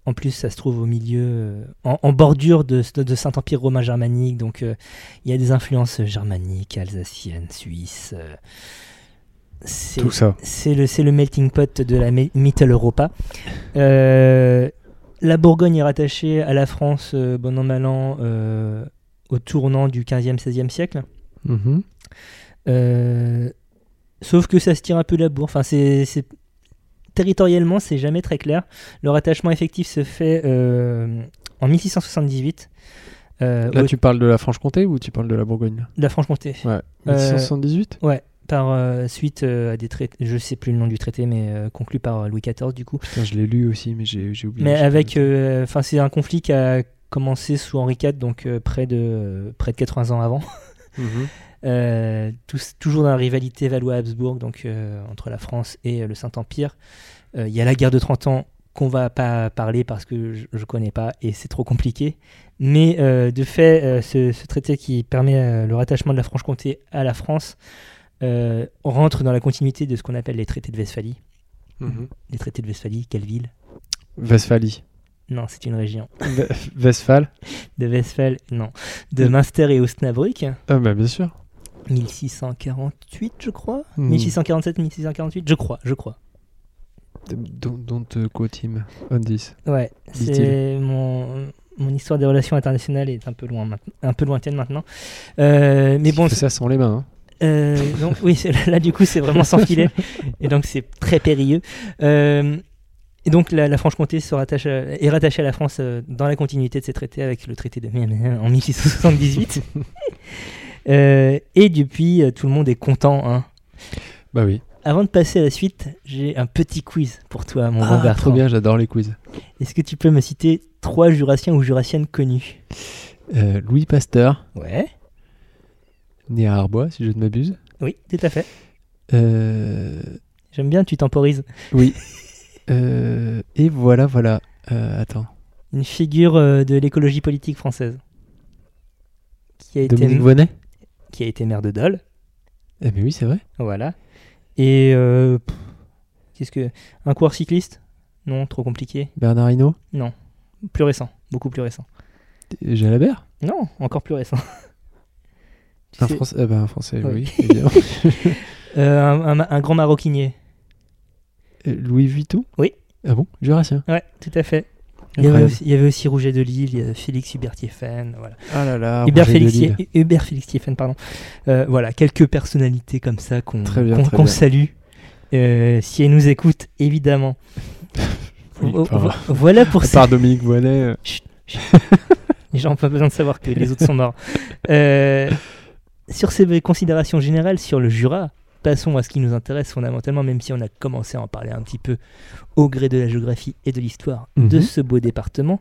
Speaker 2: en plus, ça se trouve au milieu, euh, en, en bordure de, de Saint-Empire romain germanique. Donc, euh, il y a des influences germaniques, alsaciennes, suisses. euh, c'est-
Speaker 1: Tout ça.
Speaker 2: c'est le, c'est le melting pot de la mi- Mittel Europa. Euh, la Bourgogne est rattachée à la France, euh, bon an, mal an, euh, au tournant du 15e, 16e siècle.
Speaker 1: Mhm.
Speaker 2: Euh, sauf que ça se tire un peu la bourre. Enfin, c'est, c'est- Territorialement, c'est jamais très clair. Le rattachement effectif se fait euh, en 1678. euh,
Speaker 1: Là,
Speaker 2: au-
Speaker 1: tu parles de la Franche-Comté ou tu parles de la Bourgogne
Speaker 2: de la Franche-Comté.
Speaker 1: Ouais.
Speaker 2: Euh,
Speaker 1: 1678
Speaker 2: Par euh, suite euh, à des traités, je sais plus le nom du traité, mais euh, conclu par euh, Louis XIV du coup.
Speaker 1: Putain, je l'ai lu aussi, mais j'ai j'ai oublié.
Speaker 2: Mais
Speaker 1: j'ai
Speaker 2: avec,
Speaker 1: pas-
Speaker 2: euh, enfin, c'est un conflit qui a commencé sous Henri IV, donc euh, près de euh, près de 80 ans avant.
Speaker 1: Mhm.
Speaker 2: Euh, tous- toujours dans la rivalité Valois-Habsbourg, donc euh, entre la France et euh, le Saint-Empire. Euh, Il y a la guerre de 30 ans qu'on va pas parler parce que je, je connais pas et c'est trop compliqué. Mais euh, de fait, euh, ce, ce traité qui permet euh, le rattachement de la Franche-Comté à la France euh, rentre dans la continuité de ce qu'on appelle les traités de Westphalie.
Speaker 1: Mhm.
Speaker 2: Les traités de Westphalie, quelle ville
Speaker 1: Westphalie.
Speaker 2: Non, c'est une région.
Speaker 1: Ve- Westphal
Speaker 2: De Westphal, non. De
Speaker 1: Mm.
Speaker 2: Münster et Osnabrück,
Speaker 1: Ah bah bien sûr.
Speaker 2: 1648, je crois.
Speaker 1: Mm.
Speaker 2: 1647, 1648, je crois, je crois.
Speaker 1: Don't, don't uh, quote him on this.
Speaker 2: Ouais,
Speaker 1: Dit-il.
Speaker 2: c'est mon, mon histoire des relations internationales est un peu loin maintenant, un peu lointaine maintenant. Euh, mais
Speaker 1: Il
Speaker 2: bon,
Speaker 1: fait ça sans les mains. hein.
Speaker 2: euh, donc oui, c'est- là du coup c'est vraiment sans filet et donc c'est très périlleux. Euh, et donc la, la Franche-Comté se rattache à- est rattachée à la France euh, dans la continuité de ces traités avec le traité de Amiens en 1678. Euh, et depuis, euh, tout le monde est content. hein.
Speaker 1: hein. Bah oui.
Speaker 2: Avant de passer à la suite, j'ai un petit quiz pour toi, mon bon
Speaker 1: Ah, trop
Speaker 2: Bertrand.
Speaker 1: bien, j'adore les quiz.
Speaker 2: Est-ce que tu peux me citer trois jurassiens ou jurassiennes connus
Speaker 1: Euh, Louis Pasteur,
Speaker 2: Ouais.
Speaker 1: né à Arbois, si je ne m'abuse.
Speaker 2: Oui, tout à fait.
Speaker 1: Euh,
Speaker 2: J'aime bien, tu temporises.
Speaker 1: euh, et voilà, voilà. Euh, attends.
Speaker 2: Une figure euh, de l'écologie politique française. Qui a, été,
Speaker 1: Dominique Bonnet
Speaker 2: qui a été maire de Dole.
Speaker 1: Eh mais oui, c'est vrai.
Speaker 2: Voilà. Et. euh, pff, Qu'est-ce que. Un coureur cycliste Non, trop compliqué.
Speaker 1: Bernard Hinault
Speaker 2: Plus récent, beaucoup plus récent.
Speaker 1: euh, Jalabert
Speaker 2: Non, encore plus récent. Tu
Speaker 1: un,
Speaker 2: sais,
Speaker 1: Français, euh, bah, un Français,
Speaker 2: Oui.
Speaker 1: oui, évidemment.
Speaker 2: euh, un, un- un grand maroquinier.
Speaker 1: Euh, Louis Vuitton
Speaker 2: Oui.
Speaker 1: Ah bon Jurassien
Speaker 2: Ouais, tout à fait. Il y, avait
Speaker 1: Incroyable.
Speaker 2: aussi, il y avait aussi Rouget de Lille, il y avait Félix Hubert Thieffen, voilà.
Speaker 1: Ah là là,
Speaker 2: Hubert
Speaker 1: Roger
Speaker 2: Félix,
Speaker 1: Delisle.
Speaker 2: Thie- Hubert Félix Thieffen, pardon. Euh, voilà, quelques personnalités comme ça qu'on
Speaker 1: Très bien,
Speaker 2: qu'on-
Speaker 1: très
Speaker 2: qu'on
Speaker 1: bien.
Speaker 2: salue. Euh, si elle nous écoute, évidemment.
Speaker 1: Oui,
Speaker 2: Vo-
Speaker 1: par-
Speaker 2: vo- voilà pour
Speaker 1: À
Speaker 2: ça.
Speaker 1: part Dominique Bonnet. euh,
Speaker 2: Les gens n'ont pas besoin de savoir que les autres sont morts. Euh, sur ces considérations générales sur le Jura, passons à ce qui nous intéresse fondamentalement, même si on a commencé à en parler un petit peu au gré de la géographie et de l'histoire de
Speaker 1: Mhm.
Speaker 2: ce beau département.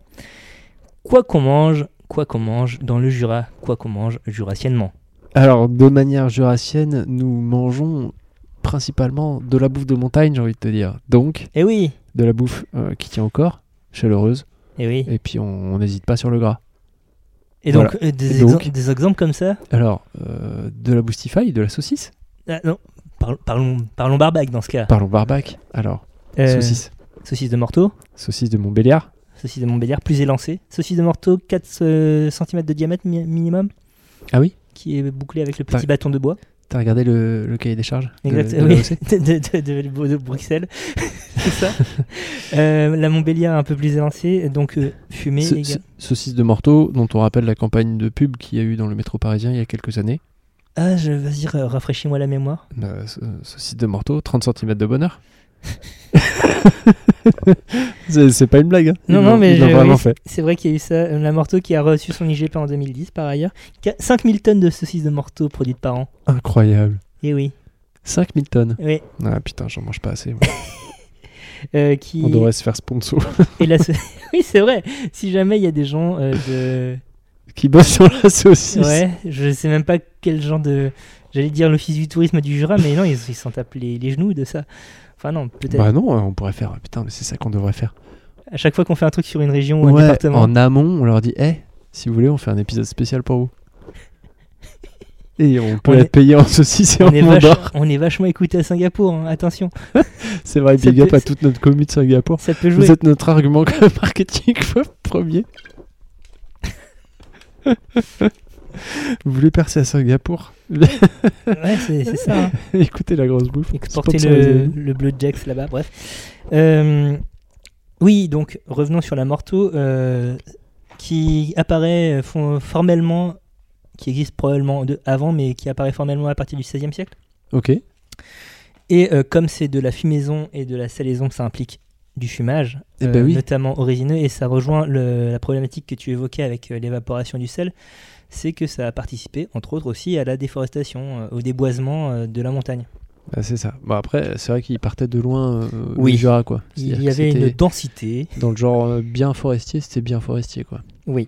Speaker 2: Quoi qu'on mange, quoi qu'on mange dans le Jura, quoi qu'on mange jurassiennement.
Speaker 1: Alors, de manière jurassienne, nous mangeons principalement de la bouffe de montagne, j'ai envie de te dire. Donc,
Speaker 2: Eh oui,
Speaker 1: de la bouffe euh, qui tient au corps, chaleureuse,
Speaker 2: eh oui.
Speaker 1: et puis on on n'hésite pas sur le gras.
Speaker 2: Et donc, euh, des,
Speaker 1: Et donc-
Speaker 2: exem- des exemples comme ça
Speaker 1: Alors, euh, de la boostify, de la saucisse
Speaker 2: Ah, Non, Parl- parlons, parlons barbac dans ce cas.
Speaker 1: Parlons barbac. Alors,
Speaker 2: Euh,
Speaker 1: saucisse.
Speaker 2: Saucisse de morteau,
Speaker 1: Saucisse de Montbéliard.
Speaker 2: saucisse de Montbéliard plus élancée. Saucisse de morteau, 4 cm de diamètre mi- minimum,
Speaker 1: Ah oui
Speaker 2: qui est bouclée avec le
Speaker 1: Par-
Speaker 2: petit bâton de bois.
Speaker 1: T'as regardé le, le cahier des charges de-
Speaker 2: Exact,
Speaker 1: de la
Speaker 2: oui.
Speaker 1: OC?
Speaker 2: de, de- de- de- de Bruxelles. C'est ça. Euh, la Montbéliard un peu plus élancée, donc euh, fumée.
Speaker 1: Ce-
Speaker 2: éga-
Speaker 1: ce- Saucisse de Morteau, dont on rappelle la campagne de pub qu'il y a eu dans le métro parisien il y a quelques années.
Speaker 2: Ah, je, vas-y, ra- rafraîchis-moi la mémoire.
Speaker 1: Euh, sau- saucisse de Morteau, 30 cm de bonheur. c'est c'est pas une blague. hein. Ils
Speaker 2: Non, non,
Speaker 1: l'ont-
Speaker 2: mais
Speaker 1: ils l'ont
Speaker 2: je-
Speaker 1: vraiment
Speaker 2: oui,
Speaker 1: fait.
Speaker 2: C'est vrai qu'il y a eu ça. Euh, La Morteau qui a reçu son IGP en 2010, par ailleurs. Qui a 5000 tonnes de saucisses de Morteau produites par an.
Speaker 1: Incroyable.
Speaker 2: Eh oui,
Speaker 1: 5000 tonnes.
Speaker 2: oui.
Speaker 1: Ah putain, j'en mange pas assez. moi.
Speaker 2: Euh, qui...
Speaker 1: On devrait se faire sponsor.
Speaker 2: et la sau- oui, c'est vrai. Si jamais il y a des gens euh, de...
Speaker 1: Qui bosse sur la saucisse.
Speaker 2: Ouais, je sais même pas quel genre de... J'allais dire l'office du tourisme du Jura, mais non, ils ils s'en tapent les, les genoux de ça. Enfin non, peut-être.
Speaker 1: Bah non, on pourrait faire. Putain, mais c'est ça qu'on devrait faire.
Speaker 2: À chaque fois qu'on fait un truc sur une région ou un
Speaker 1: Ouais,
Speaker 2: département.
Speaker 1: en amont, on leur dit, Eh, si vous voulez, on fait un épisode spécial pour vous. Et on peut
Speaker 2: On
Speaker 1: la
Speaker 2: est-
Speaker 1: payer en saucisse et en
Speaker 2: On est,
Speaker 1: Mont
Speaker 2: vache-
Speaker 1: d'Or.
Speaker 2: on est vachement écouté à Singapour, hein, attention,
Speaker 1: C'est vrai,
Speaker 2: Ça
Speaker 1: big up
Speaker 2: peut-
Speaker 1: à toute notre commu de Singapour.
Speaker 2: ça peut jouer.
Speaker 1: Vous êtes notre argument marketing premier. Vous voulez percer à Singapour
Speaker 2: Ouais, c'est c'est ça. hein.
Speaker 1: Écoutez la grosse bouffe.
Speaker 2: Exporter le,
Speaker 1: Sponsorisez-nous.
Speaker 2: le Blue Jacks là-bas, bref. Euh, oui, donc revenons sur la Morteau, euh, qui apparaît euh, fon- formellement, qui existe probablement de- avant, mais qui apparaît formellement à partir du XVIe siècle.
Speaker 1: Ok.
Speaker 2: Et euh, comme c'est de la fumaison et de la salaison, ça implique du fumage, euh,
Speaker 1: Eh ben oui.
Speaker 2: notamment origineux, et ça rejoint le- la problématique que tu évoquais avec euh, l'évaporation du sel, c'est que ça a participé, entre autres aussi, à la déforestation, euh, au déboisement euh, de la montagne.
Speaker 1: Bah, c'est ça. Bon, après, c'est vrai qu'il partait de loin euh,
Speaker 2: Oui.
Speaker 1: du Jura, quoi.
Speaker 2: Il
Speaker 1: C'est-à-dire
Speaker 2: y
Speaker 1: que
Speaker 2: avait une
Speaker 1: c'était
Speaker 2: densité.
Speaker 1: Dans le genre euh, bien forestier, c'était bien forestier, quoi.
Speaker 2: Oui.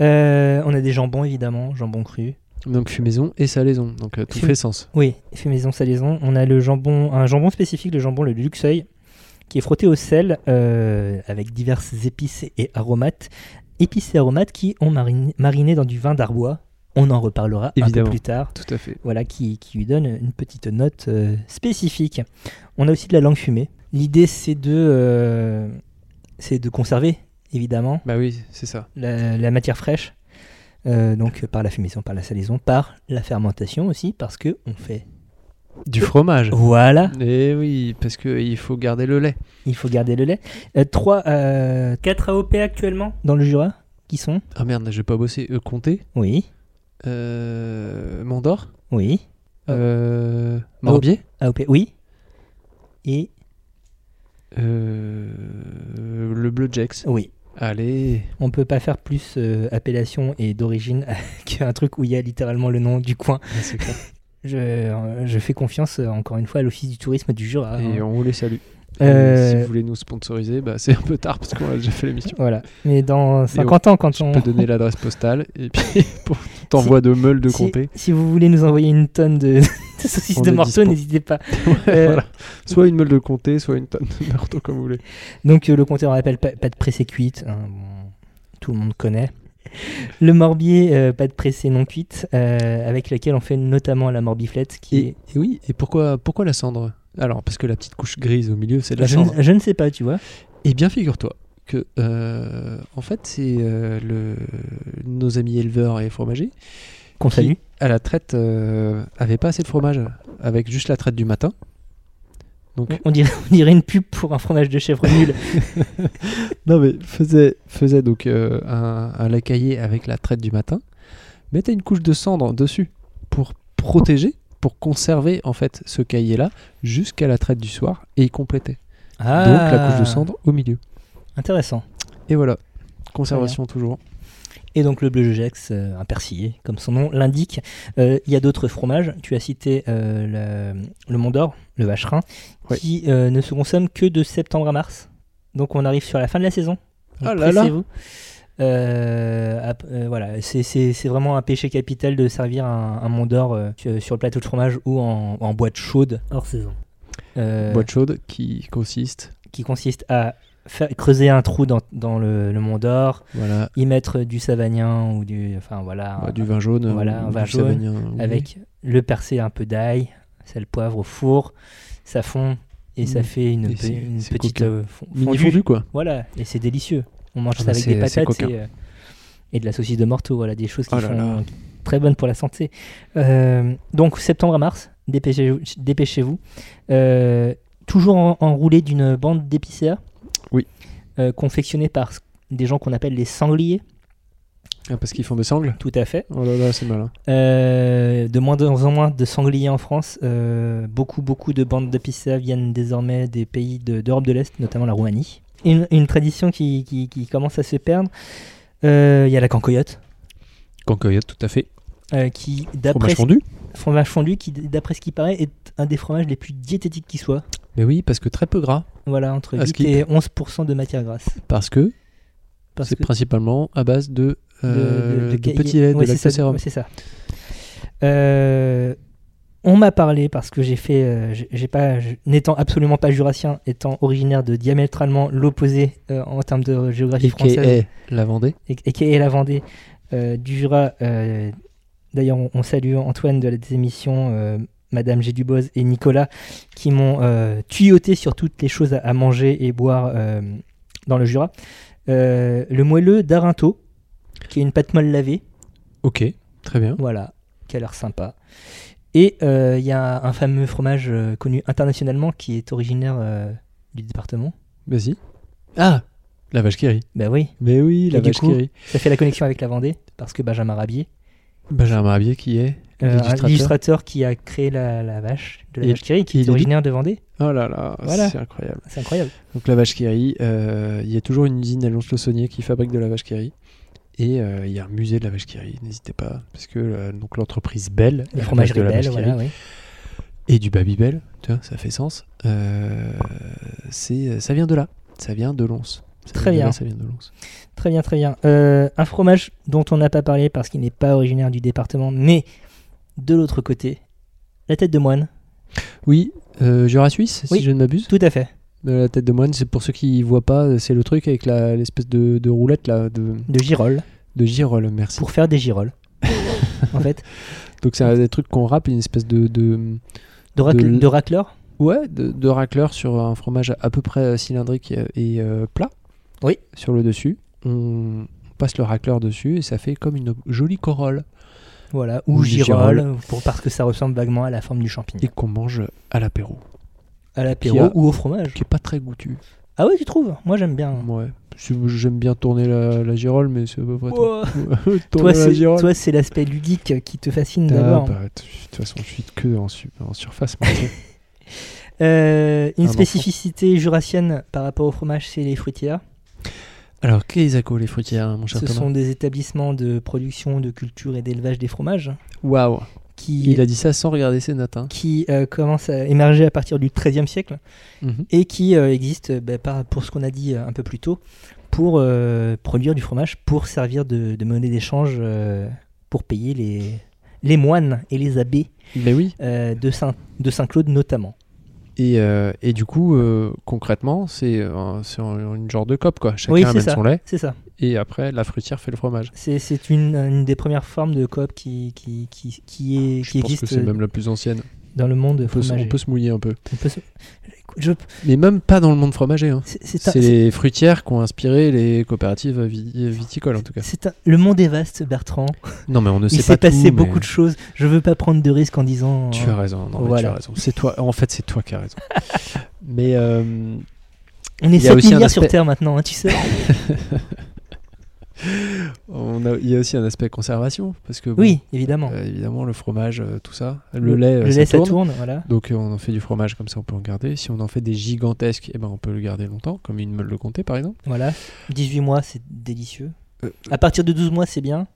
Speaker 2: Euh, on a des jambons, évidemment, jambon cru.
Speaker 1: Donc fumaison et salaison. Donc euh, tout
Speaker 2: Fum-
Speaker 1: fait sens.
Speaker 2: Oui, fumaison, salaison. On a le jambon, un jambon spécifique, le jambon, le luxeuil, qui est frottée au sel euh, avec diverses épices et aromates. Épices et aromates qui ont mariné, mariné dans du vin d'Arbois. On en reparlera un
Speaker 1: Évidemment.
Speaker 2: peu plus tard.
Speaker 1: Tout à fait.
Speaker 2: Voilà, qui, qui lui donne une petite note euh, spécifique. On a aussi de la langue fumée. L'idée, c'est de, euh, c'est de conserver, évidemment,
Speaker 1: Bah oui, c'est ça.
Speaker 2: la, la matière fraîche. Euh, donc euh, par la fumation, par la salaison, par la fermentation aussi, parce que on fait.
Speaker 1: Du fromage.
Speaker 2: Voilà,
Speaker 1: Et Eh oui, parce que euh, il faut garder le lait.
Speaker 2: il faut garder le lait. 3, 4 AOP actuellement dans le Jura, qui sont
Speaker 1: Ah merde, j'ai pas bossé. Euh, Comté,
Speaker 2: Oui,
Speaker 1: euh, Mandor,
Speaker 2: oui,
Speaker 1: euh, Morbier,
Speaker 2: AOP, oui. Et
Speaker 1: euh, le Bleu Jex.
Speaker 2: oui,
Speaker 1: Allez.
Speaker 2: on peut pas faire plus euh, appellation et d'origine qu'un truc où il y a littéralement le nom du coin.
Speaker 1: Ah, C'est clair.
Speaker 2: Je, euh, je fais confiance euh, encore une fois à l'Office du tourisme du Jura. hein.
Speaker 1: Et on les salue.
Speaker 2: Euh,
Speaker 1: Et Si vous voulez nous sponsoriser, bah, c'est un peu tard parce qu'on a déjà fait l'émission.
Speaker 2: Voilà, mais dans 50 ans, quand on,
Speaker 1: On peut donner l'adresse postale et puis pour t'envoie de meules de
Speaker 2: si,
Speaker 1: comté.
Speaker 2: si vous voulez nous envoyer une tonne de, de saucisses
Speaker 1: On
Speaker 2: de
Speaker 1: est
Speaker 2: morceaux,
Speaker 1: dispo.
Speaker 2: n'hésitez pas.
Speaker 1: Ouais, voilà. Soit une meule de comté, soit une tonne de marteau comme vous voulez.
Speaker 2: Donc euh, le comté, on rappelle, pas, pas de pressé cuite, hein, bon, tout le monde connaît. Le morbier, euh, pas de pressé non cuite, euh, avec laquelle on fait notamment la morbiflette, qui
Speaker 1: Et,
Speaker 2: est...
Speaker 1: et oui, et pourquoi, pourquoi la cendre Alors, parce que la petite couche grise au milieu, c'est de la
Speaker 2: Bah, je,
Speaker 1: cendre.
Speaker 2: ne- je ne sais pas, tu vois.
Speaker 1: Eh bien, figure-toi que, euh, en fait, c'est euh, le, nos amis éleveurs et fromagers,
Speaker 2: Qu'on
Speaker 1: Qui-
Speaker 2: salue.
Speaker 1: à la traite, euh, avaient pas assez de fromage, avec juste la traite du matin. Donc,
Speaker 2: On, on dirait, on dirait une pub pour un fromage de chèvre nul.
Speaker 1: Non mais faisait, faisait donc euh, un, un lacailler avec la traite du matin, mettait une couche de cendre dessus pour protéger, pour conserver en fait ce cahier là jusqu'à la traite du soir et il complétait.
Speaker 2: Ah.
Speaker 1: Donc la couche de cendre au milieu.
Speaker 2: Intéressant.
Speaker 1: Et voilà, conservation toujours.
Speaker 2: Et donc le bleu Jex, euh, un persillé, comme son nom l'indique. Euh, Il y a d'autres fromages. Tu as cité euh, le, le Mont d'Or, le Vacherin,
Speaker 1: Ouais.
Speaker 2: qui euh, ne se consomme que de septembre à mars. Donc on arrive sur la fin de la saison. Donc,
Speaker 1: Ah là là.
Speaker 2: pressez-vous. Euh, ap- euh, voilà, c'est- c'est c'est vraiment un péché capital de servir un, un Mont d'Or euh, sur sur le plateau de fromage ou en, en boîte chaude.
Speaker 5: hors saison.
Speaker 2: euh,
Speaker 1: Boîte chaude qui consiste,
Speaker 2: Qui consiste à faire, creuser un trou dans, dans le, le Mont d'Or,
Speaker 1: voilà,
Speaker 2: y mettre du savagnin ou du. Enfin voilà.
Speaker 1: bah,
Speaker 2: un-
Speaker 1: du vin jaune,
Speaker 2: voilà,
Speaker 1: euh,
Speaker 2: un vin
Speaker 1: du
Speaker 2: jaune
Speaker 1: Savagnin, oui.
Speaker 2: avec le percé un peu d'ail, sel, poivre au four, ça fond et ça
Speaker 1: Mm.
Speaker 2: fait une,
Speaker 1: Et
Speaker 2: pe-
Speaker 1: c'est-
Speaker 2: une
Speaker 1: c'est
Speaker 2: petite
Speaker 1: coquin.
Speaker 2: euh, fon-
Speaker 1: mini
Speaker 2: fondue.
Speaker 1: fondu quoi.
Speaker 2: Voilà, et c'est délicieux. On mange
Speaker 1: Ah
Speaker 2: ça
Speaker 1: bah
Speaker 2: avec des
Speaker 1: c'est- c'est
Speaker 2: patates
Speaker 1: coquin.
Speaker 2: et, euh, et de la saucisse de morteau, voilà, des choses qui
Speaker 1: Oh là
Speaker 2: sont
Speaker 1: là.
Speaker 2: très bonnes pour la santé. Euh, donc septembre à mars, dépêchez-vous. dépêchez-vous. Euh, toujours en- enroulé d'une bande d'épicéa.
Speaker 1: Oui.
Speaker 2: Euh, confectionnée par des gens qu'on appelle les sangliers,
Speaker 1: Ah, parce qu'ils font des sangles.
Speaker 2: tout à fait.
Speaker 1: Oh là là, c'est malin.
Speaker 2: Euh, de moins en moins de sangliers en France. Euh, beaucoup, beaucoup de bandes d'épicéas viennent désormais des pays de- d'Europe de, l'Est, notamment la Roumanie. Une, une tradition qui, qui- qui commence à se perdre. Euh, Il y a la cancoyote,
Speaker 1: Cancoyote, tout à fait.
Speaker 2: euh, qui, d'après
Speaker 1: Fromage
Speaker 2: ce-
Speaker 1: fondu.
Speaker 2: fromage fondu, qui, d'après ce qui paraît, est un des fromages les plus diététiques qui soit.
Speaker 1: Mais oui, parce que très peu gras,
Speaker 2: Voilà, entre
Speaker 1: À
Speaker 2: 8
Speaker 1: skip.
Speaker 2: et 11% de matière grasse.
Speaker 1: parce que
Speaker 2: Parce
Speaker 1: c'est
Speaker 2: que-
Speaker 1: principalement à base de,
Speaker 2: de-
Speaker 1: euh, de
Speaker 2: cahier.
Speaker 1: petits laits,
Speaker 2: Ouais,
Speaker 1: de
Speaker 2: c'est ça,
Speaker 1: lactosérum.
Speaker 2: ouais, C'est ça. Euh, on m'a parlé parce que j'ai fait, euh, j'ai- j'ai pas, je- n'étant absolument pas jurassien, étant originaire de diamétralement l'opposé euh, en termes de géographie française
Speaker 1: AKA la Vendée.
Speaker 2: et, et qui est la Vendée euh, du Jura. euh, D'ailleurs, on, on salue Antoine de la désémission, euh, Madame Géduboz et Nicolas qui m'ont euh, tuyauté sur toutes les choses à, à manger et boire euh, dans le Jura. Euh, le moelleux d'Arinto, qui est une pâte molle lavée.
Speaker 1: Ok, très bien.
Speaker 2: Voilà, qui a l'air sympa. Et euh, il y a un fameux fromage euh, connu internationalement qui est originaire euh, du département.
Speaker 1: Vas-y. Ah La vache qui rit.
Speaker 2: Ben oui,
Speaker 1: Mais oui, la
Speaker 2: Et du
Speaker 1: vache
Speaker 2: coup,
Speaker 1: qui rit.
Speaker 2: ça fait la connexion avec la Vendée, parce que Benjamin Rabier,
Speaker 1: Benjamin Rabier qui est
Speaker 2: euh,
Speaker 1: l'illustrateur.
Speaker 2: l'illustrateur qui a créé la, la vache, de la
Speaker 1: Et-
Speaker 2: vache qui rit, qui
Speaker 1: et
Speaker 2: est
Speaker 1: il est-
Speaker 2: originaire de Vendée.
Speaker 1: Oh là là,
Speaker 2: Voilà.
Speaker 1: c'est incroyable.
Speaker 2: C'est incroyable.
Speaker 1: Donc la vache qui rit, euh, il y a toujours une usine à Lons-le-Saunier qui fabrique de la vache qui rit. Et euh, il y a un musée de la vache qui rit, n'hésitez pas. Parce que euh, donc l'entreprise Belle, à
Speaker 2: Les
Speaker 1: la
Speaker 2: fromages
Speaker 1: place de la
Speaker 2: rebelles,
Speaker 1: vache qui rit,
Speaker 2: voilà, oui.
Speaker 1: et du Babybel, tu vois, ça fait sens. Euh, c'est, ça vient de là, ça vient de Lons. Ça
Speaker 2: Très
Speaker 1: vient de là,
Speaker 2: bien.
Speaker 1: ça vient de Lons.
Speaker 2: Très bien, très bien. Euh, un fromage dont on n'a pas parlé parce qu'il n'est pas originaire du département, mais de l'autre côté, la tête de moine.
Speaker 1: Oui, euh, Jura Suisse,
Speaker 2: Oui.
Speaker 1: si je ne m'abuse.
Speaker 2: Tout à fait.
Speaker 1: de la tête de moine. C'est pour ceux qui voient pas, c'est le truc avec la- l'espèce de, de roulette là, de,
Speaker 2: de girolles
Speaker 1: de girole, merci.
Speaker 2: pour faire des girolles. en fait,
Speaker 1: Donc c'est un des trucs qu'on râpe, une espèce de, de-
Speaker 2: de, racle-
Speaker 1: De-
Speaker 2: de racleur
Speaker 1: ouais, de, de racleur sur un fromage à peu près euh, cylindrique et, et, euh, plat.
Speaker 2: Oui.
Speaker 1: Sur le dessus, on passe le racleur dessus et ça fait comme une jolie corolle
Speaker 2: Voilà, ou
Speaker 1: Ou des
Speaker 2: girole, pour, parce que ça ressemble vaguement à la forme du champignon.
Speaker 1: et qu'on mange à l'apéro,
Speaker 2: À
Speaker 1: qui
Speaker 2: l'apéro
Speaker 1: a-
Speaker 2: ou au fromage.
Speaker 1: qui est pas très goûtu.
Speaker 2: Ah ouais, tu trouves Moi j'aime bien.
Speaker 1: Ouais. Je- J'aime bien tourner la, la girole, mais c'est à peu près tout.
Speaker 2: Ouah.
Speaker 1: Tourner
Speaker 2: Toi,
Speaker 1: la
Speaker 2: c'est-
Speaker 1: girole.
Speaker 2: toi, c'est l'aspect ludique qui te fascine
Speaker 1: Ah,
Speaker 2: d'abord.
Speaker 1: bah, De toute façon, je suis que en, su- en surface. moi, tu sais.
Speaker 2: Euh,
Speaker 1: Un
Speaker 2: une
Speaker 1: enfant.
Speaker 2: spécificité jurassienne par rapport au fromage, c'est les fruitières.
Speaker 1: Alors, qu'est-ce que les fruitières, mon cher
Speaker 2: Ce
Speaker 1: Thomas
Speaker 2: sont des établissements de production, de culture et d'élevage des fromages
Speaker 1: Waouh
Speaker 2: qui,
Speaker 1: Il a dit ça sans regarder ses notes. hein.
Speaker 2: qui euh, commencent à émerger à partir du XIIIe siècle
Speaker 1: Mhm.
Speaker 2: et qui euh, existent, euh, bah, par- pour ce qu'on a dit euh, un peu plus tôt, pour euh, produire du fromage, pour servir de, de monnaie d'échange, euh, pour payer les, les moines et les abbés
Speaker 1: Ben oui.
Speaker 2: euh, de Saint- de Saint-Claude notamment.
Speaker 1: Et, euh, et du coup, euh, concrètement, c'est un- c'est un- une genre de cope, quoi. Chacun
Speaker 2: Oui, c'est
Speaker 1: amène
Speaker 2: ça.
Speaker 1: son lait,
Speaker 2: C'est ça.
Speaker 1: et après, la fruitière fait le fromage.
Speaker 2: C'est, c'est une, une des premières formes de coop qui, qui, qui, qui, est,
Speaker 1: je
Speaker 2: qui
Speaker 1: pense que
Speaker 2: existe
Speaker 1: c'est même la plus ancienne.
Speaker 2: dans le monde
Speaker 1: On peut, se- on
Speaker 2: fromager.
Speaker 1: peut se mouiller un peu.
Speaker 2: On peut se- Je-
Speaker 1: Mais même pas dans le monde fromager. hein.
Speaker 2: c'est- c'est un-
Speaker 1: C'est les fruitières qui ont inspiré les coopératives vi- viticoles, en tout cas.
Speaker 2: c'est un- Le monde est vaste, Bertrand.
Speaker 1: Non, mais on ne sait
Speaker 2: Il
Speaker 1: pas
Speaker 2: s'est passé
Speaker 1: tout, mais
Speaker 2: beaucoup de choses. Je veux pas prendre de risques en disant.
Speaker 1: Tu
Speaker 2: euh,
Speaker 1: as raison, non, mais tu
Speaker 2: Voilà.
Speaker 1: as raison. C'est toi, en fait, c'est toi qui as raison. mais euh,
Speaker 2: On est
Speaker 1: il y a
Speaker 2: 7
Speaker 1: aussi un
Speaker 2: milliards sur
Speaker 1: aspect-
Speaker 2: Terre maintenant, hein, tu sais.
Speaker 1: on a- il y a aussi un aspect conservation, parce que bon,
Speaker 2: oui, évidemment.
Speaker 1: euh, évidemment, le fromage, euh, tout ça, le, lait, euh, ça,
Speaker 2: ça
Speaker 1: tourne.
Speaker 2: tourne, voilà.
Speaker 1: Donc euh, on en fait du fromage comme ça, on peut en garder. Si on en fait des gigantesques, eh ben on peut le garder longtemps, comme une meule de comté par exemple.
Speaker 2: Voilà. 18 mois, c'est délicieux.
Speaker 1: Euh,
Speaker 2: À partir de 12 mois, c'est bien.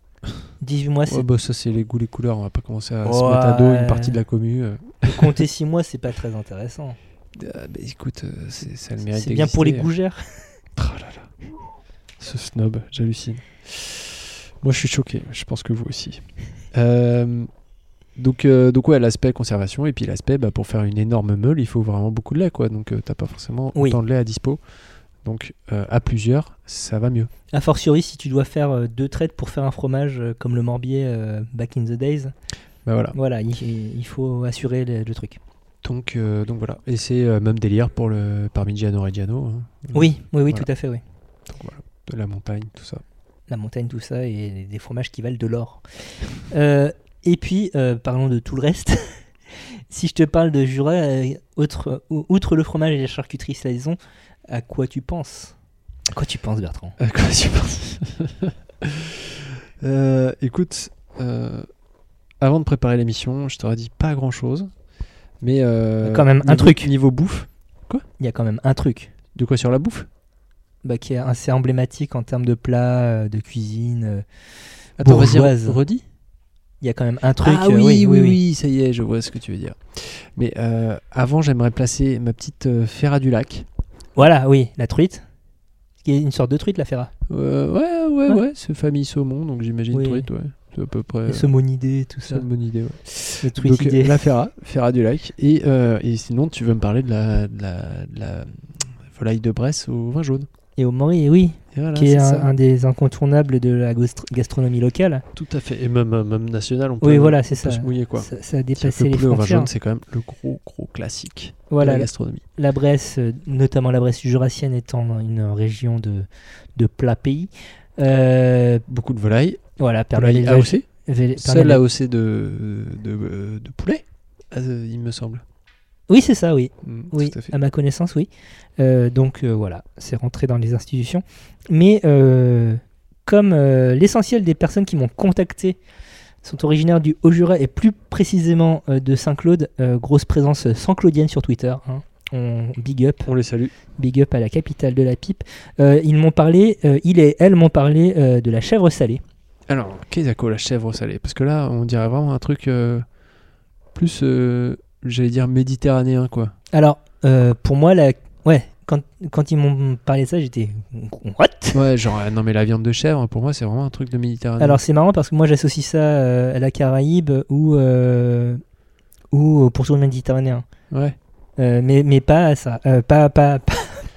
Speaker 2: 18 mois, c'est.
Speaker 1: Ouais, bah, ça c'est les goûts, les couleurs. On va pas commencer à se
Speaker 2: Ouais.
Speaker 1: mettre à dos une partie de la commu. euh.
Speaker 2: Compter 6 mois, c'est pas très intéressant.
Speaker 1: Ah, bah, écoute, euh, c'est- ça a le mérite.
Speaker 2: C'est bien pour les
Speaker 1: d'exister.
Speaker 2: gougères.
Speaker 1: Ah là là. Ce snob, j'hallucine. Moi, je suis choqué. Je pense que vous aussi. Euh, donc, euh, donc ouais, l'aspect conservation et puis l'aspect, bah, pour faire une énorme meule, il faut vraiment beaucoup de lait, quoi. Donc, euh, t'as pas forcément
Speaker 2: Oui.
Speaker 1: autant de lait à dispo. Donc, euh, à plusieurs, ça va mieux.
Speaker 2: A fortiori, si tu dois faire euh, deux traites pour faire un fromage euh, comme le Morbier euh, back in the days,
Speaker 1: Bah voilà.
Speaker 2: voilà, il, il faut assurer le, le truc.
Speaker 1: Donc, euh, donc voilà. Et c'est euh, même délire pour le Parmigiano Reggiano, hein.
Speaker 2: Oui, oui, oui,
Speaker 1: Voilà.
Speaker 2: tout à fait, oui.
Speaker 1: Donc, voilà. de la montagne, tout ça.
Speaker 2: La montagne, tout ça, et des fromages qui valent de l'or. Euh, et puis, euh, parlons de tout le reste. si je te parle de Jura, euh, autre- ou- outre le fromage et la charcuterie saison, à quoi tu penses À quoi tu penses, Bertrand
Speaker 1: À quoi tu penses Euh, Écoute, euh, avant de préparer l'émission, je t'aurais dit pas grand chose. Mais. euh,
Speaker 2: Quand même, un
Speaker 1: niveau-
Speaker 2: truc.
Speaker 1: Niveau bouffe.
Speaker 2: Il y a quand même un truc
Speaker 1: De quoi sur la bouffe
Speaker 2: bah, qui est assez emblématique en termes de plats, euh, de cuisine. euh.
Speaker 1: Attends, vas-y,
Speaker 2: Bourgeoise.
Speaker 1: re- redis.
Speaker 2: Il y a quand même un truc.
Speaker 1: ah
Speaker 2: euh,
Speaker 1: oui oui, oui, ça y est, je vois ce que tu veux dire. Mais euh, avant, j'aimerais placer ma petite euh, Ferra du Lac.
Speaker 2: Voilà, oui, la truite. Qui est une sorte de truite, la Ferra.
Speaker 1: Euh, ouais, ouais,
Speaker 2: Ouais.
Speaker 1: ouais, c'est famille saumon, donc j'imagine
Speaker 2: Oui.
Speaker 1: truite, ouais. C'est à peu près. euh,
Speaker 2: Les saumonidés, tout
Speaker 1: c'est
Speaker 2: ça.
Speaker 1: une bonne idée, ouais.
Speaker 2: Les truitidés.
Speaker 1: Donc, euh, la Ferra, Ferra du Lac. Et, euh, et sinon, tu veux me parler de la, de la, de la volaille de Bresse au vin jaune.
Speaker 2: Et au Mori, oui,
Speaker 1: Et voilà,
Speaker 2: qui est
Speaker 1: c'est
Speaker 2: un,
Speaker 1: ça.
Speaker 2: un des incontournables de la gastro- gastronomie locale.
Speaker 1: Tout à fait. Et même, euh, même national, on peut,
Speaker 2: Oui, voilà, c'est
Speaker 1: on peut
Speaker 2: ça.
Speaker 1: se mouiller. Quoi.
Speaker 2: Ça, ça a
Speaker 1: Si on
Speaker 2: dépassé
Speaker 1: peut
Speaker 2: les
Speaker 1: pleurer au vin
Speaker 2: frontières.
Speaker 1: jaune, c'est quand même le gros, gros classique de
Speaker 2: Voilà,
Speaker 1: la
Speaker 2: la,
Speaker 1: gastronomie.
Speaker 2: la Bresse, euh, notamment la Bresse jurassienne étant une région de, de plat pays. euh,
Speaker 1: Beaucoup de volailles.
Speaker 2: voilà, permet
Speaker 1: Volailles
Speaker 2: l'élevage-
Speaker 1: AOC.
Speaker 2: vé- permet
Speaker 1: Seule
Speaker 2: l'é-
Speaker 1: AOC de, de, euh, de poulet, ah, euh, il me semble.
Speaker 2: Oui, c'est ça, oui.
Speaker 1: Mm,
Speaker 2: Oui,
Speaker 1: tout à fait.
Speaker 2: à, ma connaissance, oui. Euh, donc euh, voilà, c'est rentré dans les institutions. Mais euh, comme euh, l'essentiel des personnes qui m'ont contacté sont originaires du Haut-Jura et plus précisément euh, de Saint-Claude, euh, grosse présence sans-claudienne sur Twitter. hein. On big up,
Speaker 1: On les salue.
Speaker 2: big up à la capitale de la pipe. Euh, ils m'ont parlé, euh, il et elle m'ont parlé euh, de la chèvre salée.
Speaker 1: Alors, Kezako, la chèvre salée. Parce que là, on dirait vraiment un truc euh, plus, euh, j'allais dire, méditerranéen, quoi.
Speaker 2: Alors, euh, pour moi, la... ouais, quand, quand ils m'ont parlé de ça, j'étais. What
Speaker 1: Ouais, genre, euh, non, mais la viande de chèvre, pour moi, c'est vraiment un truc de Méditerranée.
Speaker 2: Alors c'est marrant parce que moi j'associe ça euh, à la Caraïbe ou, euh, ou au pourtour hein. méditerranéen.
Speaker 1: ouais.
Speaker 2: Euh, mais, mais pas à ça. Euh, pas, pas, pas,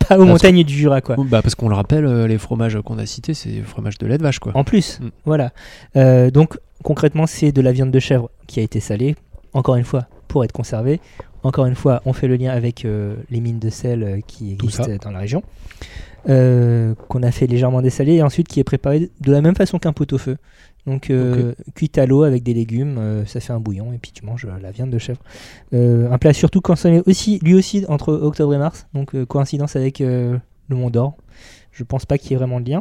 Speaker 2: pas
Speaker 1: Parce
Speaker 2: aux montagnes du Jura, quoi.
Speaker 1: Ou- bah, parce qu'on le rappelle, euh, les fromages qu'on a cités, c'est des fromages de lait de vache, quoi.
Speaker 2: En plus,
Speaker 1: Mm.
Speaker 2: voilà. Euh, donc concrètement, c'est de la viande de chèvre qui a été salée, encore une fois, pour être conservée. Encore une fois, on fait le lien avec euh, les mines de sel euh, qui
Speaker 1: Tout
Speaker 2: existent
Speaker 1: ça.
Speaker 2: euh, dans la région, euh, qu'on a fait légèrement dessaler et ensuite qui est préparé de la même façon qu'un pot-au-feu. Donc euh, cuite à l'eau avec des légumes, euh, ça fait un bouillon et puis tu manges euh, la viande de chèvre. Euh, un plat surtout consommé aussi, lui aussi entre octobre et mars, donc euh, coïncidence avec euh, le Mont d'Or. Je pense pas qu'il y ait vraiment de lien.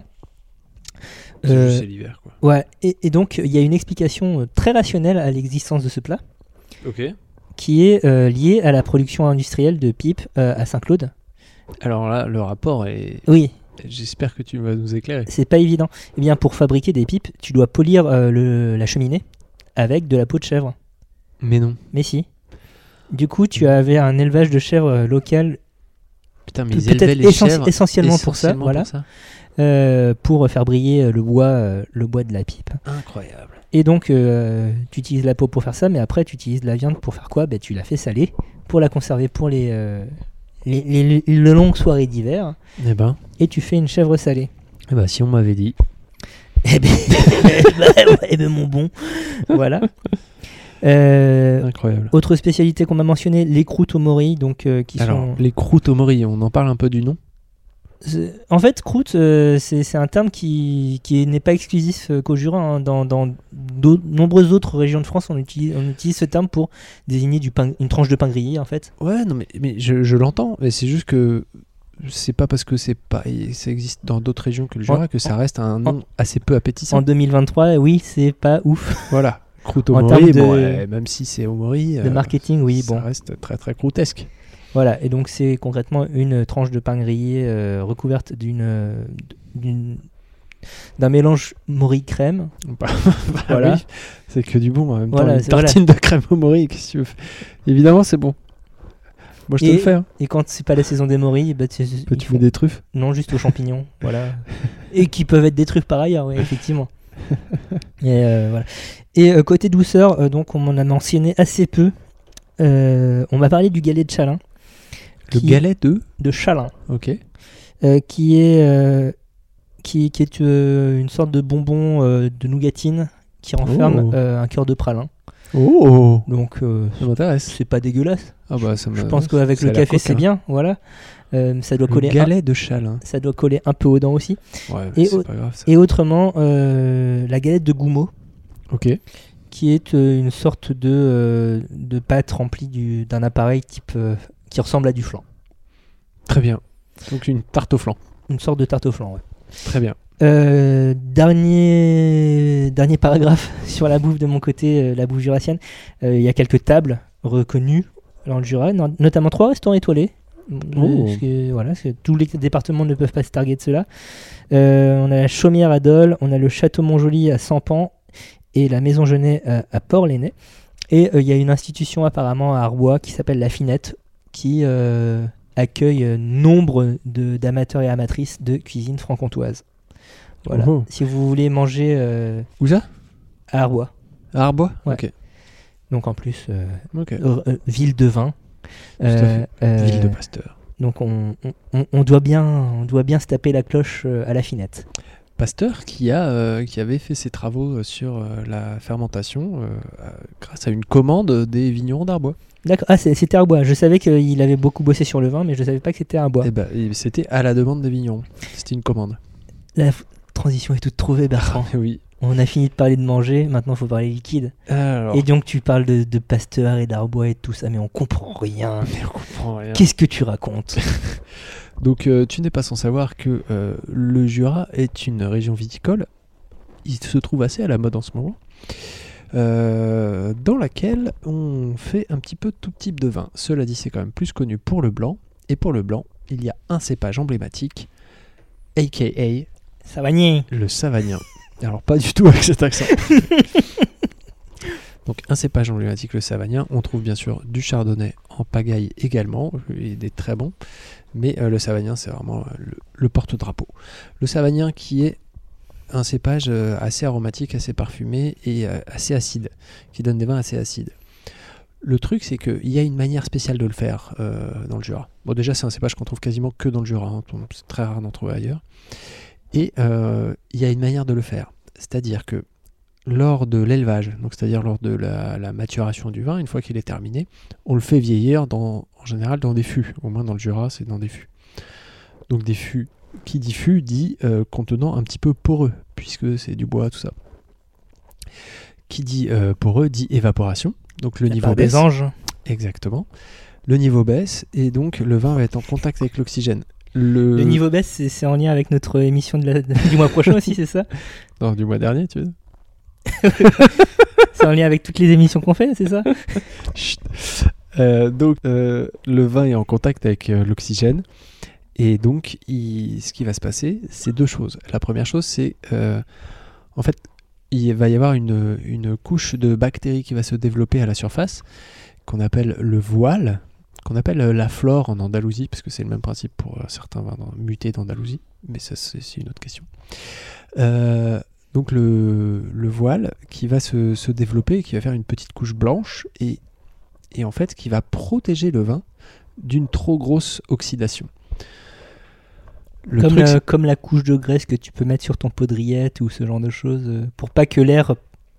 Speaker 1: C'est
Speaker 2: Euh,
Speaker 1: juste, c'est l'hiver, quoi.
Speaker 2: Ouais, et, et donc il y a une explication euh, très rationnelle à l'existence de ce plat,
Speaker 1: Ok.
Speaker 2: qui est euh, liée à la production industrielle de pipe euh, à Saint-Claude.
Speaker 1: Alors là, le rapport est.
Speaker 2: Oui,
Speaker 1: J'espère que tu vas nous éclairer.
Speaker 2: c'est pas évident. Eh bien, pour fabriquer des pipes, tu dois polir euh, le- la cheminée avec de la peau de chèvre.
Speaker 1: Mais non.
Speaker 2: Mais si. Du coup, tu avais un élevage de chèvres euh, local,
Speaker 1: Putain, mais ils
Speaker 2: peut-être
Speaker 1: élevaient les
Speaker 2: essen-
Speaker 1: chèvres.
Speaker 2: essentiellement pour ça,
Speaker 1: essentiellement
Speaker 2: voilà, euh, pour faire briller euh, le bois, euh, le bois de la pipe.
Speaker 1: Incroyable.
Speaker 2: Et donc, euh, tu utilises la peau pour faire ça, mais après, tu utilises la viande pour faire quoi ben, Tu la fais salée pour la conserver pour les, euh, les, les- les longues soirées d'hiver.
Speaker 1: Eh ben,
Speaker 2: Et tu fais une chèvre salée.
Speaker 1: eh ben, si on m'avait dit.
Speaker 2: Eh ben, eh ben, mon bon. Voilà. Euh,
Speaker 1: Incroyable.
Speaker 2: autre spécialité qu'on m'a mentionné, les croûtes au mori. Donc, euh, qui
Speaker 1: Alors,
Speaker 2: sont...
Speaker 1: les croûtes au mori, on en parle un peu du nom
Speaker 2: C'est- En fait, croûte, euh, c'est c'est un terme qui, qui n'est pas exclusif euh, qu'au Jura. hein. Dans, dans d'au- nombreuses autres régions de France, on utilise, on utilise ce terme pour désigner du pain- une tranche de pain grillé, en fait.
Speaker 1: Ouais, non, mais, mais je, je l'entends, mais c'est juste que c'est pas parce que c'est pas, et ça existe dans d'autres régions que le Jura que ça reste un nom assez peu appétissant.
Speaker 2: En 2023, oui, c'est pas ouf.
Speaker 1: Voilà, croûte au
Speaker 2: En
Speaker 1: mori,
Speaker 2: termes
Speaker 1: bon,
Speaker 2: de-
Speaker 1: euh, même si c'est au mori,
Speaker 2: Le
Speaker 1: euh,
Speaker 2: marketing, oui,
Speaker 1: ça
Speaker 2: bon.
Speaker 1: reste très très croûtesque.
Speaker 2: Voilà, et donc c'est concrètement une tranche de pain grillé euh, recouverte d'une euh, d'une- d'un mélange mori crème.
Speaker 1: Bah, bah
Speaker 2: Voilà.
Speaker 1: oui, c'est que du bon en même temps,
Speaker 2: Voilà,
Speaker 1: une
Speaker 2: c'est- voilà.
Speaker 1: tartine de crème au mori, qu'est-ce que tu veux faire Évidemment, c'est bon. Moi, je te
Speaker 2: Et-
Speaker 1: le fais. hein.
Speaker 2: Et quand c'est pas la saison des moris, bah, tu,
Speaker 1: Toi,
Speaker 2: ils
Speaker 1: tu
Speaker 2: font-
Speaker 1: fais des truffes.
Speaker 2: non juste aux champignons, voilà. Et qui peuvent être des truffes par ailleurs, oui, effectivement. Et euh, voilà. Et euh, côté douceur, euh, donc on m'en a mentionné assez peu. Euh, on m'a parlé du galet de chalin,
Speaker 1: Le
Speaker 2: Qui-
Speaker 1: galet de.
Speaker 2: de chalin.
Speaker 1: Ok.
Speaker 2: euh, qui est, euh, qui, qui est euh, une sorte de bonbon euh, de nougatine qui renferme
Speaker 1: Oh.
Speaker 2: euh, un cœur de pralin.
Speaker 1: Oh
Speaker 2: Donc euh,
Speaker 1: Ça m'intéresse.
Speaker 2: c'est pas dégueulasse.
Speaker 1: Ah bah, ça
Speaker 2: Je
Speaker 1: me-
Speaker 2: pense qu'avec
Speaker 1: ça
Speaker 2: le
Speaker 1: a l'air
Speaker 2: café c'est
Speaker 1: coquin.
Speaker 2: bien, voilà. Euh, ça
Speaker 1: hein.
Speaker 2: doit
Speaker 1: Le
Speaker 2: coller. Un,
Speaker 1: galet de chalin.
Speaker 2: ça doit coller un peu aux dents aussi.
Speaker 1: Ouais,
Speaker 2: Et
Speaker 1: mais c'est
Speaker 2: au-
Speaker 1: pas grave ça.
Speaker 2: Et autrement, euh, la galette de Goumeau,
Speaker 1: Ok.
Speaker 2: qui est euh, une sorte de, euh, de pâte remplie du- d'un appareil type euh, qui ressemble à du flan.
Speaker 1: Très bien. Donc une tarte au flan.
Speaker 2: Une sorte de tarte au flan, ouais.
Speaker 1: Très bien.
Speaker 2: Euh, dernier, dernier paragraphe sur la bouffe de mon côté, euh, la bouffe jurassienne. Euh, Il y a quelques tables reconnues dans le Jura, no- notamment trois restaurants étoilés. Euh,
Speaker 1: Oh.
Speaker 2: Parce que, voilà, parce que tous les départements ne peuvent pas se targuer de cela. Euh, on a la Chaumière à Dole, on a le Château Montjoli à Sampan et la Maison Genet à, à Port-Lénay. Et euh, il y a une institution apparemment à Arbois qui s'appelle la Finette qui euh, accueille euh, nombre de- d'amateurs et amatrices de cuisine franc-comtoise. Voilà.
Speaker 1: Oh.
Speaker 2: Si vous voulez manger euh,
Speaker 1: Où ça
Speaker 2: à Arbois,
Speaker 1: À Arbois
Speaker 2: Ouais.
Speaker 1: Ok.
Speaker 2: donc en plus euh,
Speaker 1: Ok.
Speaker 2: euh, euh, ville de vin.
Speaker 1: à fait.
Speaker 2: euh,
Speaker 1: Ville de Pasteur.
Speaker 2: donc on, on- on- on doit bien, on doit bien se taper la cloche euh, à la finette.
Speaker 1: Pasteur qui, a, euh, qui avait fait ses travaux euh, sur euh, la fermentation euh, à- grâce à une commande des vignerons d'Arbois.
Speaker 2: D'accord. Ah, c'est- c'était Arbois. Je savais qu'il avait beaucoup bossé sur le vin, mais je savais pas que c'était Arbois.
Speaker 1: Et bah, et c'était à la demande des vignerons. C'était une commande.
Speaker 2: La f- transition est toute trouvée, Bertrand.
Speaker 1: Et oui.
Speaker 2: on a fini de parler de manger, maintenant faut parler liquide.
Speaker 1: Alors,
Speaker 2: Et donc tu parles de, de Pasteur et d'Arbois et tout ça, mais on comprend rien.
Speaker 1: mais on comprend rien.
Speaker 2: Qu'est-ce que tu racontes
Speaker 1: Donc euh, tu n'es pas sans savoir que euh, le Jura est une région viticole. Il se trouve assez à la mode en ce moment. euh, dans laquelle on fait un petit peu tout type de vin. Cela dit, c'est quand même plus connu pour le blanc. Et pour le blanc, il y a un cépage emblématique, a.k.a.
Speaker 2: Ça va nier.
Speaker 1: le savagnin. Alors pas du tout avec cet accent. Donc un cépage emblématique, le savagnin. On trouve bien sûr du chardonnay en pagaille également, et des très bons. Mais euh, le savagnin, c'est vraiment euh, le, le porte-drapeau. Le savagnin qui est un cépage euh, assez aromatique, assez parfumé et euh, assez acide, qui donne des vins assez acides. Le truc, c'est qu'il y a une manière spéciale de le faire euh, dans le Jura. Bon, déjà, c'est un cépage qu'on trouve quasiment que dans le Jura. hein, donc c'est très rare d'en trouver ailleurs. Et euh, il y a une manière de le faire. C'est-à-dire que lors de l'élevage, donc c'est-à-dire lors de la, la maturation du vin, une fois qu'il est terminé, on le fait vieillir dans, en général dans des fûts. Au moins dans le Jura, c'est dans des fûts. Donc des fûts qui dit fût dit euh, contenant un petit peu poreux, puisque c'est du bois, tout ça. Qui dit euh, poreux dit évaporation. Donc le
Speaker 2: La
Speaker 1: niveau
Speaker 2: part des
Speaker 1: baisse.
Speaker 2: anges.
Speaker 1: Exactement. Le niveau baisse et donc le vin va être en contact avec l'oxygène. Le...
Speaker 2: Le niveau baisse, c'est- c'est en lien avec notre émission de la- du mois prochain aussi, c'est ça
Speaker 1: Non, du mois dernier, tu veux dire
Speaker 2: C'est en lien avec toutes les émissions qu'on fait, c'est ça
Speaker 1: Chut. Euh, donc euh, le vin est en contact avec euh, l'oxygène et donc il- ce qui va se passer, c'est deux choses. La première chose, c'est euh, en fait il va y avoir une, une couche de bactéries qui va se développer à la surface qu'on appelle le voile, qu'on appelle euh, la flore en Andalousie parce que c'est le même principe pour euh, certains vins d'An- mutés d'Andalousie, mais ça c'est c'est une autre question. Euh, donc le, le voile qui va se, se développer, et qui va faire une petite couche blanche et, et en fait qui va protéger le vin d'une trop grosse oxydation. Le
Speaker 2: comme,
Speaker 1: truc,
Speaker 2: la-
Speaker 1: c'est-
Speaker 2: comme la couche de graisse que tu peux mettre sur ton pot de rillette ou ce genre de choses, euh, pour pas que l'air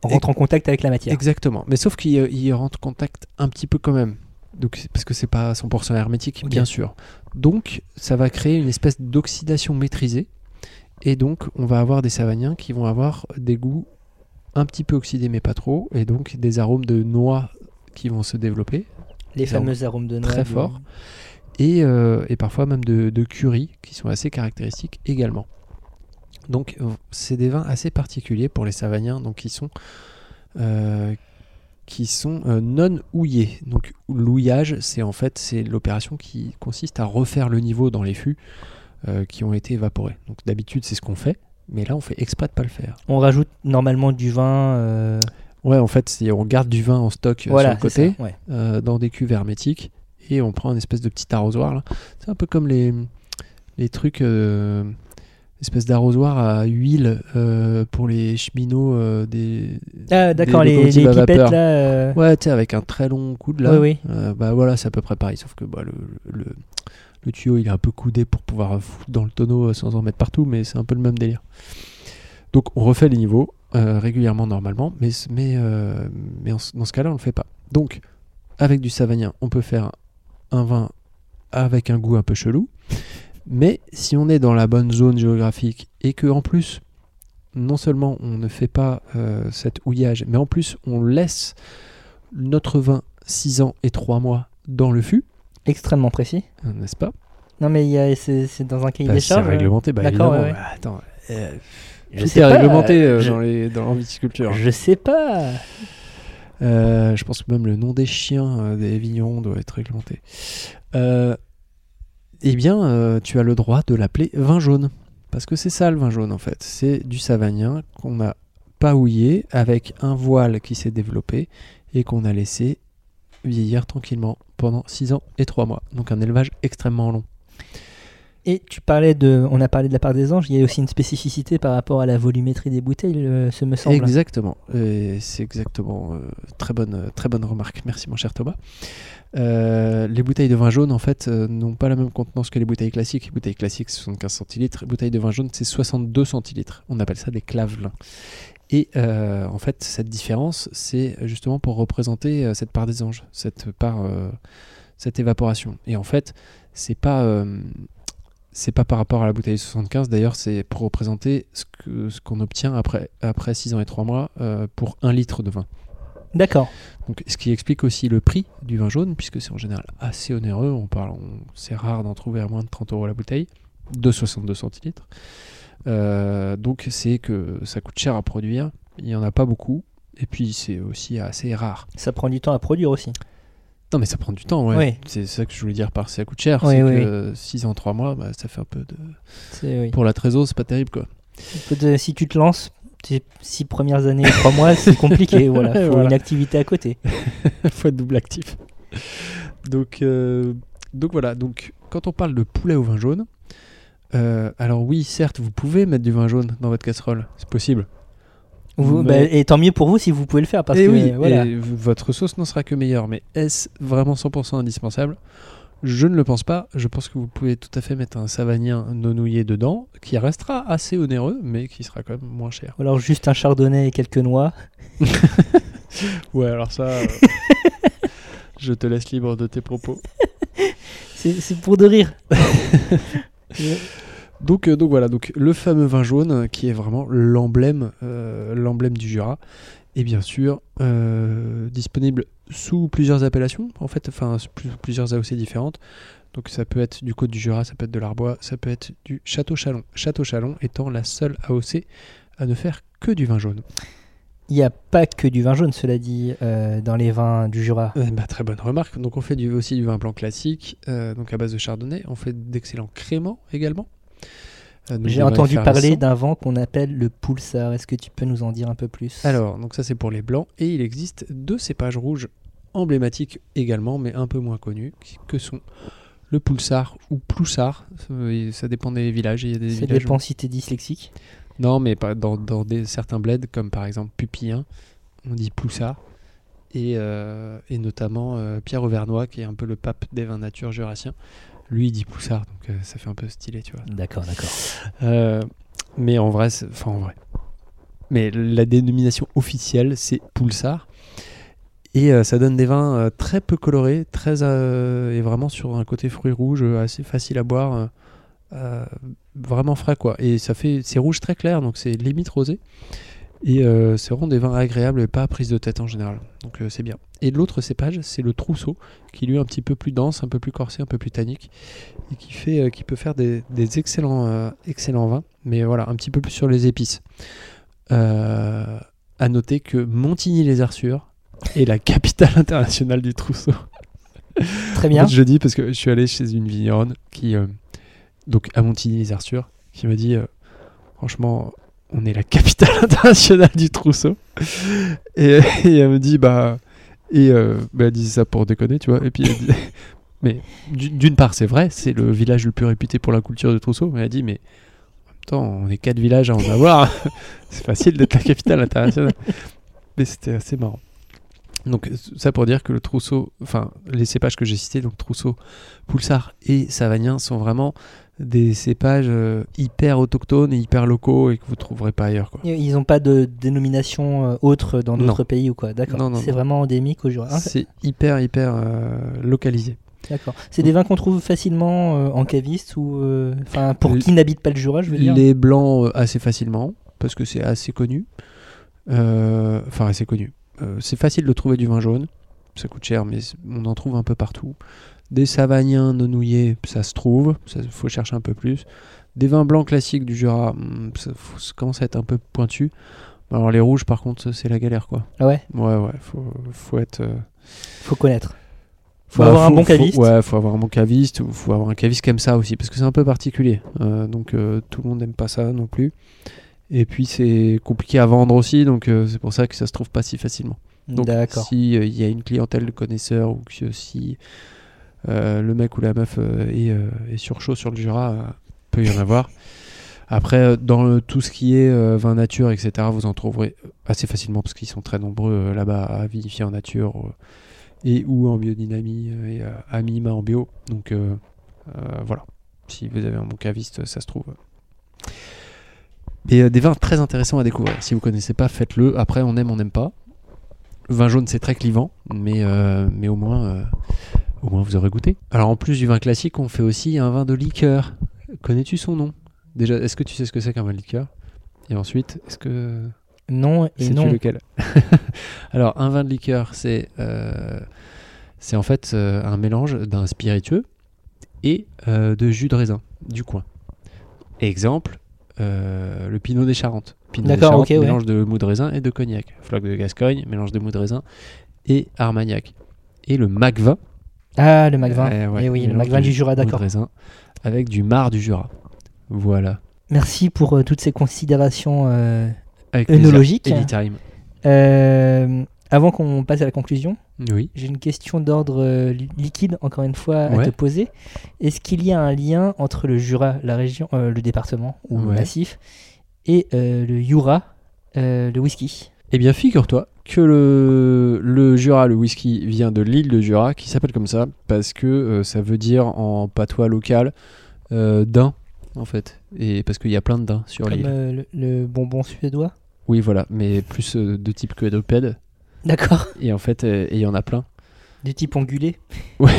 Speaker 2: rentre en contact avec la matière.
Speaker 1: Exactement. Mais sauf qu'il euh, il rentre contact un petit peu quand même. Donc, c'est- parce que c'est pas 100% hermétique,
Speaker 2: Ok.
Speaker 1: bien sûr. Donc, ça va créer une espèce d'oxydation maîtrisée. Et donc, on va avoir des savaniens qui vont avoir des goûts un petit peu oxydés, mais pas trop. Et donc, des arômes de noix qui vont se développer.
Speaker 2: Les
Speaker 1: Exactement.
Speaker 2: fameux arômes de noix.
Speaker 1: Très
Speaker 2: du-
Speaker 1: fort. Et, euh, et parfois même de, de curry, qui sont assez caractéristiques également. Donc, euh, c'est des vins assez particuliers pour les savaniens, donc qui sont, euh, qui sont euh, non houillés. Donc, l'ouillage, c'est en fait c'est l'opération qui consiste à refaire le niveau dans les fûts euh, qui ont été évaporés. Donc, d'habitude, c'est ce qu'on fait, mais là, on fait exprès de pas le faire.
Speaker 2: On rajoute normalement du vin. euh,
Speaker 1: Ouais, en fait, c'est- on garde du vin en stock euh,
Speaker 2: voilà,
Speaker 1: sur le côté.
Speaker 2: c'est ça, ouais.
Speaker 1: euh, dans des cuves hermétiques et on prend un espèce de petit arrosoir. là. C'est un peu comme les, les trucs, euh, espèce d'arrosoir à huile euh, pour les cheminots euh, des.
Speaker 2: Ah, d'accord,
Speaker 1: des
Speaker 2: les, les
Speaker 1: locomotives à
Speaker 2: pipettes
Speaker 1: vapeur.
Speaker 2: là. euh,
Speaker 1: Ouais, tu sais, avec un très long coude là.
Speaker 2: Oui, oui.
Speaker 1: Euh, bah voilà, c'est à peu près pareil, sauf que bah, le, le, le tuyau il est un peu coudé pour pouvoir foutre dans le tonneau euh, sans en mettre partout, mais c'est un peu le même délire. Donc on refait les niveaux euh, régulièrement normalement, mais, c- mais, euh, mais en ce- dans ce cas-là on le fait pas. Donc avec du savagnin on peut faire un vin avec un goût un peu chelou, mais si on est dans la bonne zone géographique et que en plus non seulement on ne fait pas euh, cet houillage, mais en plus on laisse notre vin 6 ans et 3 mois dans le fût,
Speaker 2: Extrêmement précis.
Speaker 1: euh, n'est-ce pas
Speaker 2: Non, mais il y a- c'est c'est dans un cahier
Speaker 1: Bah,
Speaker 2: des
Speaker 1: C'est
Speaker 2: charges. euh,
Speaker 1: réglementé, bah,
Speaker 2: D'accord,
Speaker 1: évidemment.
Speaker 2: ouais, ouais.
Speaker 1: bah, attends, euh,
Speaker 2: Je
Speaker 1: tout
Speaker 2: sais
Speaker 1: est
Speaker 2: pas,
Speaker 1: réglementé
Speaker 2: euh,
Speaker 1: euh,
Speaker 2: je-
Speaker 1: dans, les, dans la viticulture.
Speaker 2: Je sais pas.
Speaker 1: Euh, je pense que même le nom des chiens euh, des vignerons doit être réglementé. Euh, eh bien, euh, tu as le droit de l'appeler vin jaune. Parce que c'est ça le vin jaune en fait. C'est du savagnin qu'on n'a pas houillé avec un voile qui s'est développé et qu'on a laissé vieillir tranquillement pendant 6 ans et 3 mois. Donc un élevage extrêmement long.
Speaker 2: Et tu parlais de, on a parlé de la part des anges, il y a aussi une spécificité par rapport à la volumétrie des bouteilles, euh, ce me semble.
Speaker 1: Exactement. Et c'est exactement. euh, très, bonne, euh, très bonne remarque. Merci, mon cher Thomas. Euh, les bouteilles de vin jaune, en fait, euh, n'ont pas la même contenance que les bouteilles classiques. Les bouteilles classiques, c'est 75 centilitres. Les bouteilles de vin jaune, c'est 62 centilitres. On appelle ça des clavelins. Et euh, en fait, cette différence, c'est justement pour représenter euh, cette part des anges, cette part, euh, cette évaporation. Et en fait, c'est pas. euh, c'est pas par rapport à la bouteille 75, d'ailleurs, c'est pour représenter ce que- ce qu'on obtient après, après 6 ans et 3 mois euh, pour 1 litre de vin.
Speaker 2: D'accord.
Speaker 1: Donc, ce qui explique aussi le prix du vin jaune, puisque c'est en général assez onéreux. On parle, on- c'est rare d'en trouver à moins de 30 euros la bouteille, de 62 centilitres. Euh, donc, c'est que ça coûte cher à produire. Il n'y en a pas beaucoup. Et puis, c'est aussi assez rare.
Speaker 2: Ça prend du temps à produire aussi.
Speaker 1: Non, mais ça prend du temps, ouais.
Speaker 2: Oui.
Speaker 1: C'est ça que je voulais dire par ça coûte cher.
Speaker 2: Oui,
Speaker 1: c'est
Speaker 2: oui,
Speaker 1: que 6 ans, 3 mois, bah, ça fait un peu de.
Speaker 2: C'est- oui.
Speaker 1: Pour la trésor, c'est pas terrible, quoi.
Speaker 2: Peut- Si tu te lances, tes six premières années, trois mois, c'est compliqué. voilà, faut
Speaker 1: Voilà.
Speaker 2: une activité à côté.
Speaker 1: faut être double actif. Donc, euh, donc voilà, donc quand on parle de poulet au vin jaune, euh, alors oui, certes, vous pouvez mettre du vin jaune dans votre casserole, c'est possible.
Speaker 2: Vous-
Speaker 1: Mais-
Speaker 2: bah, et tant mieux pour vous si vous pouvez le faire parce
Speaker 1: et
Speaker 2: que
Speaker 1: oui,
Speaker 2: euh, voilà.
Speaker 1: et v- votre sauce n'en sera que meilleure. Mais est-ce vraiment 100% indispensable Je ne le pense pas. Je pense que vous pouvez tout à fait mettre un savanien nonouillé dedans, qui restera assez onéreux, mais qui sera quand même moins cher.
Speaker 2: Ou alors juste un chardonnay et quelques noix.
Speaker 1: Ouais, alors ça, euh, je te laisse libre de tes propos.
Speaker 2: C'est c'est pour de rire.
Speaker 1: Donc, euh, donc voilà, donc le fameux vin jaune euh, qui est vraiment l'emblème, euh, l'emblème du Jura, et bien sûr euh, disponible sous plusieurs appellations en fait, enfin sous plus- plusieurs AOC différentes. Donc ça peut être du Côte du Jura, ça peut être de l'Arbois, ça peut être du Château Chalon. Château Chalon étant la seule AOC à ne faire que du vin jaune.
Speaker 2: Il n'y a pas que du vin jaune, cela dit, euh, dans les vins du Jura.
Speaker 1: Eh ben, très bonne remarque. Donc on fait du, aussi du vin blanc classique, euh, donc à base de chardonnay. On fait d'excellents créments également. Euh, donc
Speaker 2: J'ai
Speaker 1: des vins
Speaker 2: entendu parler
Speaker 1: effervescents.
Speaker 2: d'un vin qu'on appelle le Pulsar. Est-ce que tu peux nous en dire un peu plus
Speaker 1: Alors, donc ça c'est pour les blancs, et il existe deux cépages rouges emblématiques également, mais un peu moins connus, qui- que sont le Poulsard ou Ploussard, ça, euh, ça dépend des villages. Il y a des
Speaker 2: Ça
Speaker 1: villages où-
Speaker 2: dépend si t'es dyslexique.
Speaker 1: Non, mais pas dans, dans des, certains bleds, comme par exemple Pupillin, on dit Ploussard, et, euh, et notamment euh, Pierre Auvernois, qui est un peu le pape des vins nature jurassiens, lui il dit Ploussard, donc euh, ça fait un peu stylé, tu vois.
Speaker 2: D'accord, d'accord.
Speaker 1: Euh, mais en vrai, c'est- enfin en vrai. Mais la dénomination officielle, c'est Poulsar. Et euh, ça donne des vins euh, très peu colorés, très euh, et vraiment sur un côté fruits rouges, euh, assez facile à boire, euh, euh, vraiment frais quoi. Et ça fait, c'est rouge très clair, donc c'est limite rosé. Et euh, c'est vraiment des vins agréables et pas prise de tête en général. Donc euh, c'est bien. Et l'autre cépage, c'est le trousseau, qui lui est un petit peu plus dense, un peu plus corsé, un peu plus tannique et qui fait euh, qui peut faire des, des excellents euh, excellents vins mais voilà un petit peu plus sur les épices euh, à noter que Montigny-les-Arsures est la capitale internationale du trousseau
Speaker 2: Très
Speaker 1: en
Speaker 2: bien.
Speaker 1: fait, je le dis parce que je suis allé chez une vigneronne qui, euh, donc à Montigny-les-Arsures, qui m'a dit euh, franchement, on est la capitale internationale du trousseau. Et, et elle me dit bah et euh, bah, elle disait ça pour déconner, tu vois. Et puis elle dit, mais d'u- d'une part c'est vrai, c'est le village le plus réputé pour la culture de trousseau. Mais elle a dit mais en même temps, on est quatre villages à en avoir. c'est facile d'être la capitale internationale. Mais c'était assez marrant. Donc ça pour dire que le trousseau, enfin les cépages que j'ai cités, donc trousseau, poulsard et savagnin sont vraiment des cépages euh, hyper autochtones et hyper locaux et que vous trouverez pas ailleurs quoi.
Speaker 2: Ils n'ont pas de dénomination euh, autre dans d'autres pays ou quoi.
Speaker 1: Non,
Speaker 2: D'accord.
Speaker 1: non,
Speaker 2: C'est
Speaker 1: non.
Speaker 2: vraiment endémique au Jura. Ah,
Speaker 1: C'est hyper hyper euh, localisé.
Speaker 2: D'accord. C'est des vins qu'on trouve facilement euh, en caviste ou euh, enfin pour
Speaker 1: Les-
Speaker 2: qui n'habite pas le Jura, je veux dire.
Speaker 1: Les blancs euh, assez facilement parce que c'est assez connu. Euh, Enfin assez connu. Euh, c'est facile de trouver du vin jaune. Ça coûte cher mais c- on en trouve un peu partout. Des savagnins nonouillés, ça se trouve, ça faut chercher un peu plus. Des vins blancs classiques du Jura, hum, ça, faut- ça commence à être un peu pointu. Bah, Alors les rouges par contre, c'est la galère quoi.
Speaker 2: Ah ouais.
Speaker 1: Ouais ouais, faut, faut être euh,
Speaker 2: Faut connaître. Faut
Speaker 1: Bah,
Speaker 2: avoir un bon caviste.
Speaker 1: Faut, ouais, faut avoir un bon caviste, ou faut avoir un caviste comme ça aussi, parce que c'est un peu particulier. Euh, donc euh, tout le monde n'aime pas ça non plus. Et puis c'est compliqué à vendre aussi, donc euh, c'est pour ça que ça se trouve pas si facilement. Donc
Speaker 2: D'accord.
Speaker 1: si euh, il y a une clientèle de connaisseurs ou que si euh, le mec ou la meuf euh, est, euh, est surchaud sur le Jura, euh, peut y en avoir. Après, euh, dans le- tout ce qui est euh, vin nature, etc., vous en trouverez euh, assez facilement parce qu'ils sont très nombreux euh, là-bas à vinifier en nature euh, et ou en biodynamie euh, et euh, à minima en bio. Donc euh, euh, voilà, si vous avez un bon caviste, ça se trouve. Et euh, des vins très intéressants à découvrir. Si vous connaissez pas, faites-le. Après, on aime, on n'aime pas. Le vin jaune, c'est très clivant, mais, euh, mais au, moins, euh, au moins vous aurez goûté. Alors en plus du vin classique, on fait aussi un vin de liqueur. Connais-tu son nom Déjà, est-ce que tu sais ce que c'est qu'un vin de liqueur Et ensuite, est-ce que
Speaker 2: Non et
Speaker 1: sais-tu
Speaker 2: non.
Speaker 1: lequel Alors un vin de liqueur, c'est euh, c'est en fait euh, un mélange d'un spiritueux et euh, de jus de raisin du coin. Exemple, euh, le Pinot des Charentes. Pinot des
Speaker 2: D'accord,
Speaker 1: Charentes,
Speaker 2: ok, ouais.
Speaker 1: mélange de mou de raisin et de cognac. Floc de Gascogne, mélange de mou de raisin et Armagnac. Et le Macvin.
Speaker 2: Ah le Macvin.
Speaker 1: Eh ouais,
Speaker 2: Eh oui, le
Speaker 1: mélange
Speaker 2: Macvin
Speaker 1: de
Speaker 2: du Jura,
Speaker 1: mou de
Speaker 2: d'accord.
Speaker 1: raisin avec du mar du Jura. Voilà.
Speaker 2: Merci pour euh, toutes ces considérations euh,
Speaker 1: Avec plaisir.
Speaker 2: Œnologique.
Speaker 1: Anytime.
Speaker 2: Euh, avant qu'on passe à la conclusion,
Speaker 1: Oui.
Speaker 2: j'ai une question d'ordre euh, li- liquide, encore une fois, à
Speaker 1: Ouais.
Speaker 2: te poser. Est-ce qu'il y a un lien entre le Jura, la région, euh, le département ou le
Speaker 1: Ouais.
Speaker 2: massif, et euh, le Jura, euh, le whisky.
Speaker 1: Eh bien, figure-toi que le, le Jura, le whisky, vient de l'île de Jura, qui s'appelle comme ça, parce que euh, ça veut dire en patois local euh, daim, en fait. Et parce qu'il y a plein de daims sur
Speaker 2: Comme
Speaker 1: l'île.
Speaker 2: euh, le, le bonbon suédois.
Speaker 1: Oui, voilà, mais plus euh, de type quadrupède.
Speaker 2: D'accord.
Speaker 1: Et en fait, euh, et il y en a plein.
Speaker 2: Du type ongulé.
Speaker 1: Ouais.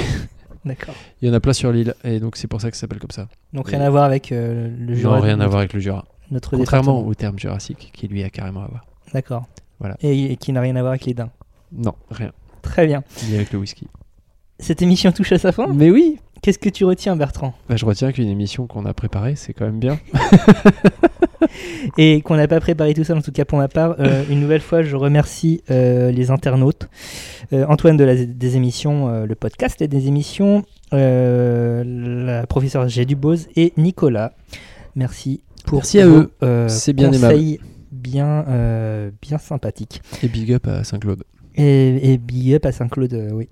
Speaker 2: D'accord.
Speaker 1: Il y en a plein sur l'île, et donc c'est pour ça que ça s'appelle comme ça.
Speaker 2: Donc
Speaker 1: Et-
Speaker 2: rien à voir avec euh, le
Speaker 1: Non,
Speaker 2: Jura.
Speaker 1: rien à
Speaker 2: notre-
Speaker 1: voir avec le Jura.
Speaker 2: Notre
Speaker 1: Contrairement
Speaker 2: département.
Speaker 1: au terme jurassique, qui lui a carrément à voir.
Speaker 2: D'accord.
Speaker 1: Voilà.
Speaker 2: Et, et qui n'a rien à voir avec les daims.
Speaker 1: Non, rien.
Speaker 2: Très bien.
Speaker 1: Ni avec le whisky.
Speaker 2: Cette émission touche à sa fin.
Speaker 1: Mais oui
Speaker 2: Qu'est-ce que tu retiens, Bertrand
Speaker 1: bah, Je retiens qu'une émission qu'on a préparée, c'est quand même bien.
Speaker 2: Et qu'on n'a pas préparé tout ça, en tout cas pour ma part. euh, une nouvelle fois, je remercie euh, les internautes. Euh, Antoine de la, des émissions, euh, le podcast et des émissions, euh, la professeure G. Dubose et Nicolas. Merci pour
Speaker 1: Merci à
Speaker 2: vos,
Speaker 1: eux.
Speaker 2: euh,
Speaker 1: C'est bien
Speaker 2: conseils bien, euh, bien sympathiques.
Speaker 1: Et big up à Saint-Claude.
Speaker 2: Et, et big up à Saint-Claude, euh, oui.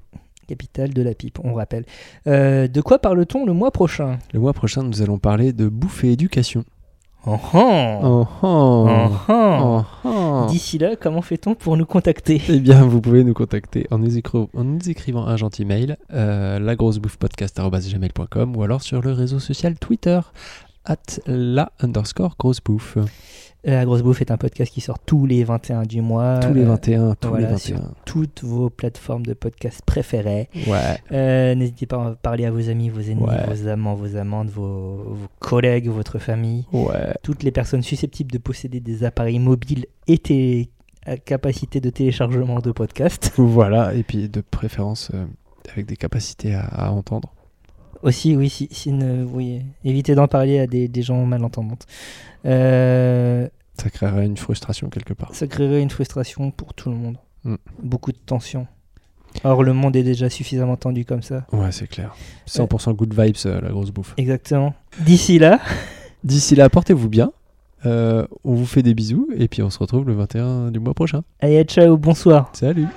Speaker 2: Capitale de la pipe, on rappelle. Euh, de quoi parle-t-on le mois prochain
Speaker 1: Le mois prochain, nous allons parler de bouffe et éducation.
Speaker 2: Oh, oh.
Speaker 1: Oh, oh,
Speaker 2: Oh,
Speaker 1: oh, oh.
Speaker 2: oh. D'ici là, comment fait-on pour nous contacter
Speaker 1: Eh bien, vous pouvez nous contacter en nous, écri- en nous écrivant un gentil mail, euh, lagrossebouffepodcast.com ou alors sur le réseau social Twitter, at la underscore grosse bouffe.
Speaker 2: Euh, La Grosse Bouffe est un podcast qui sort tous les 21 du mois.
Speaker 1: tous les
Speaker 2: euh,
Speaker 1: 21, tous
Speaker 2: voilà,
Speaker 1: les
Speaker 2: sur-
Speaker 1: 21.
Speaker 2: Toutes vos plateformes de podcast préférées.
Speaker 1: Ouais.
Speaker 2: Euh, N'hésitez pas à en parler à vos amis, vos ennemis,
Speaker 1: Ouais.
Speaker 2: vos amants, vos amantes, vos, vos collègues, votre famille.
Speaker 1: Ouais.
Speaker 2: Toutes les personnes susceptibles de posséder des appareils mobiles et télé- à capacité de téléchargement de podcasts.
Speaker 1: Voilà, et puis de préférence euh, avec des capacités à, à entendre.
Speaker 2: Aussi, oui, si, si ne- oui, évitez d'en parler à des, des gens malentendantes. Euh,
Speaker 1: Ça créerait une frustration quelque part.
Speaker 2: ça créerait une frustration pour tout le monde.
Speaker 1: Mm.
Speaker 2: Beaucoup de tension. Or, le monde est déjà suffisamment tendu comme ça.
Speaker 1: Ouais, c'est clair. 100% good vibes, euh, la grosse bouffe.
Speaker 2: Exactement. D'ici là,
Speaker 1: D'ici là, portez-vous bien. Euh, on vous fait des bisous et puis on se retrouve le 21 du mois prochain.
Speaker 2: allez, ciao, bonsoir.
Speaker 1: Salut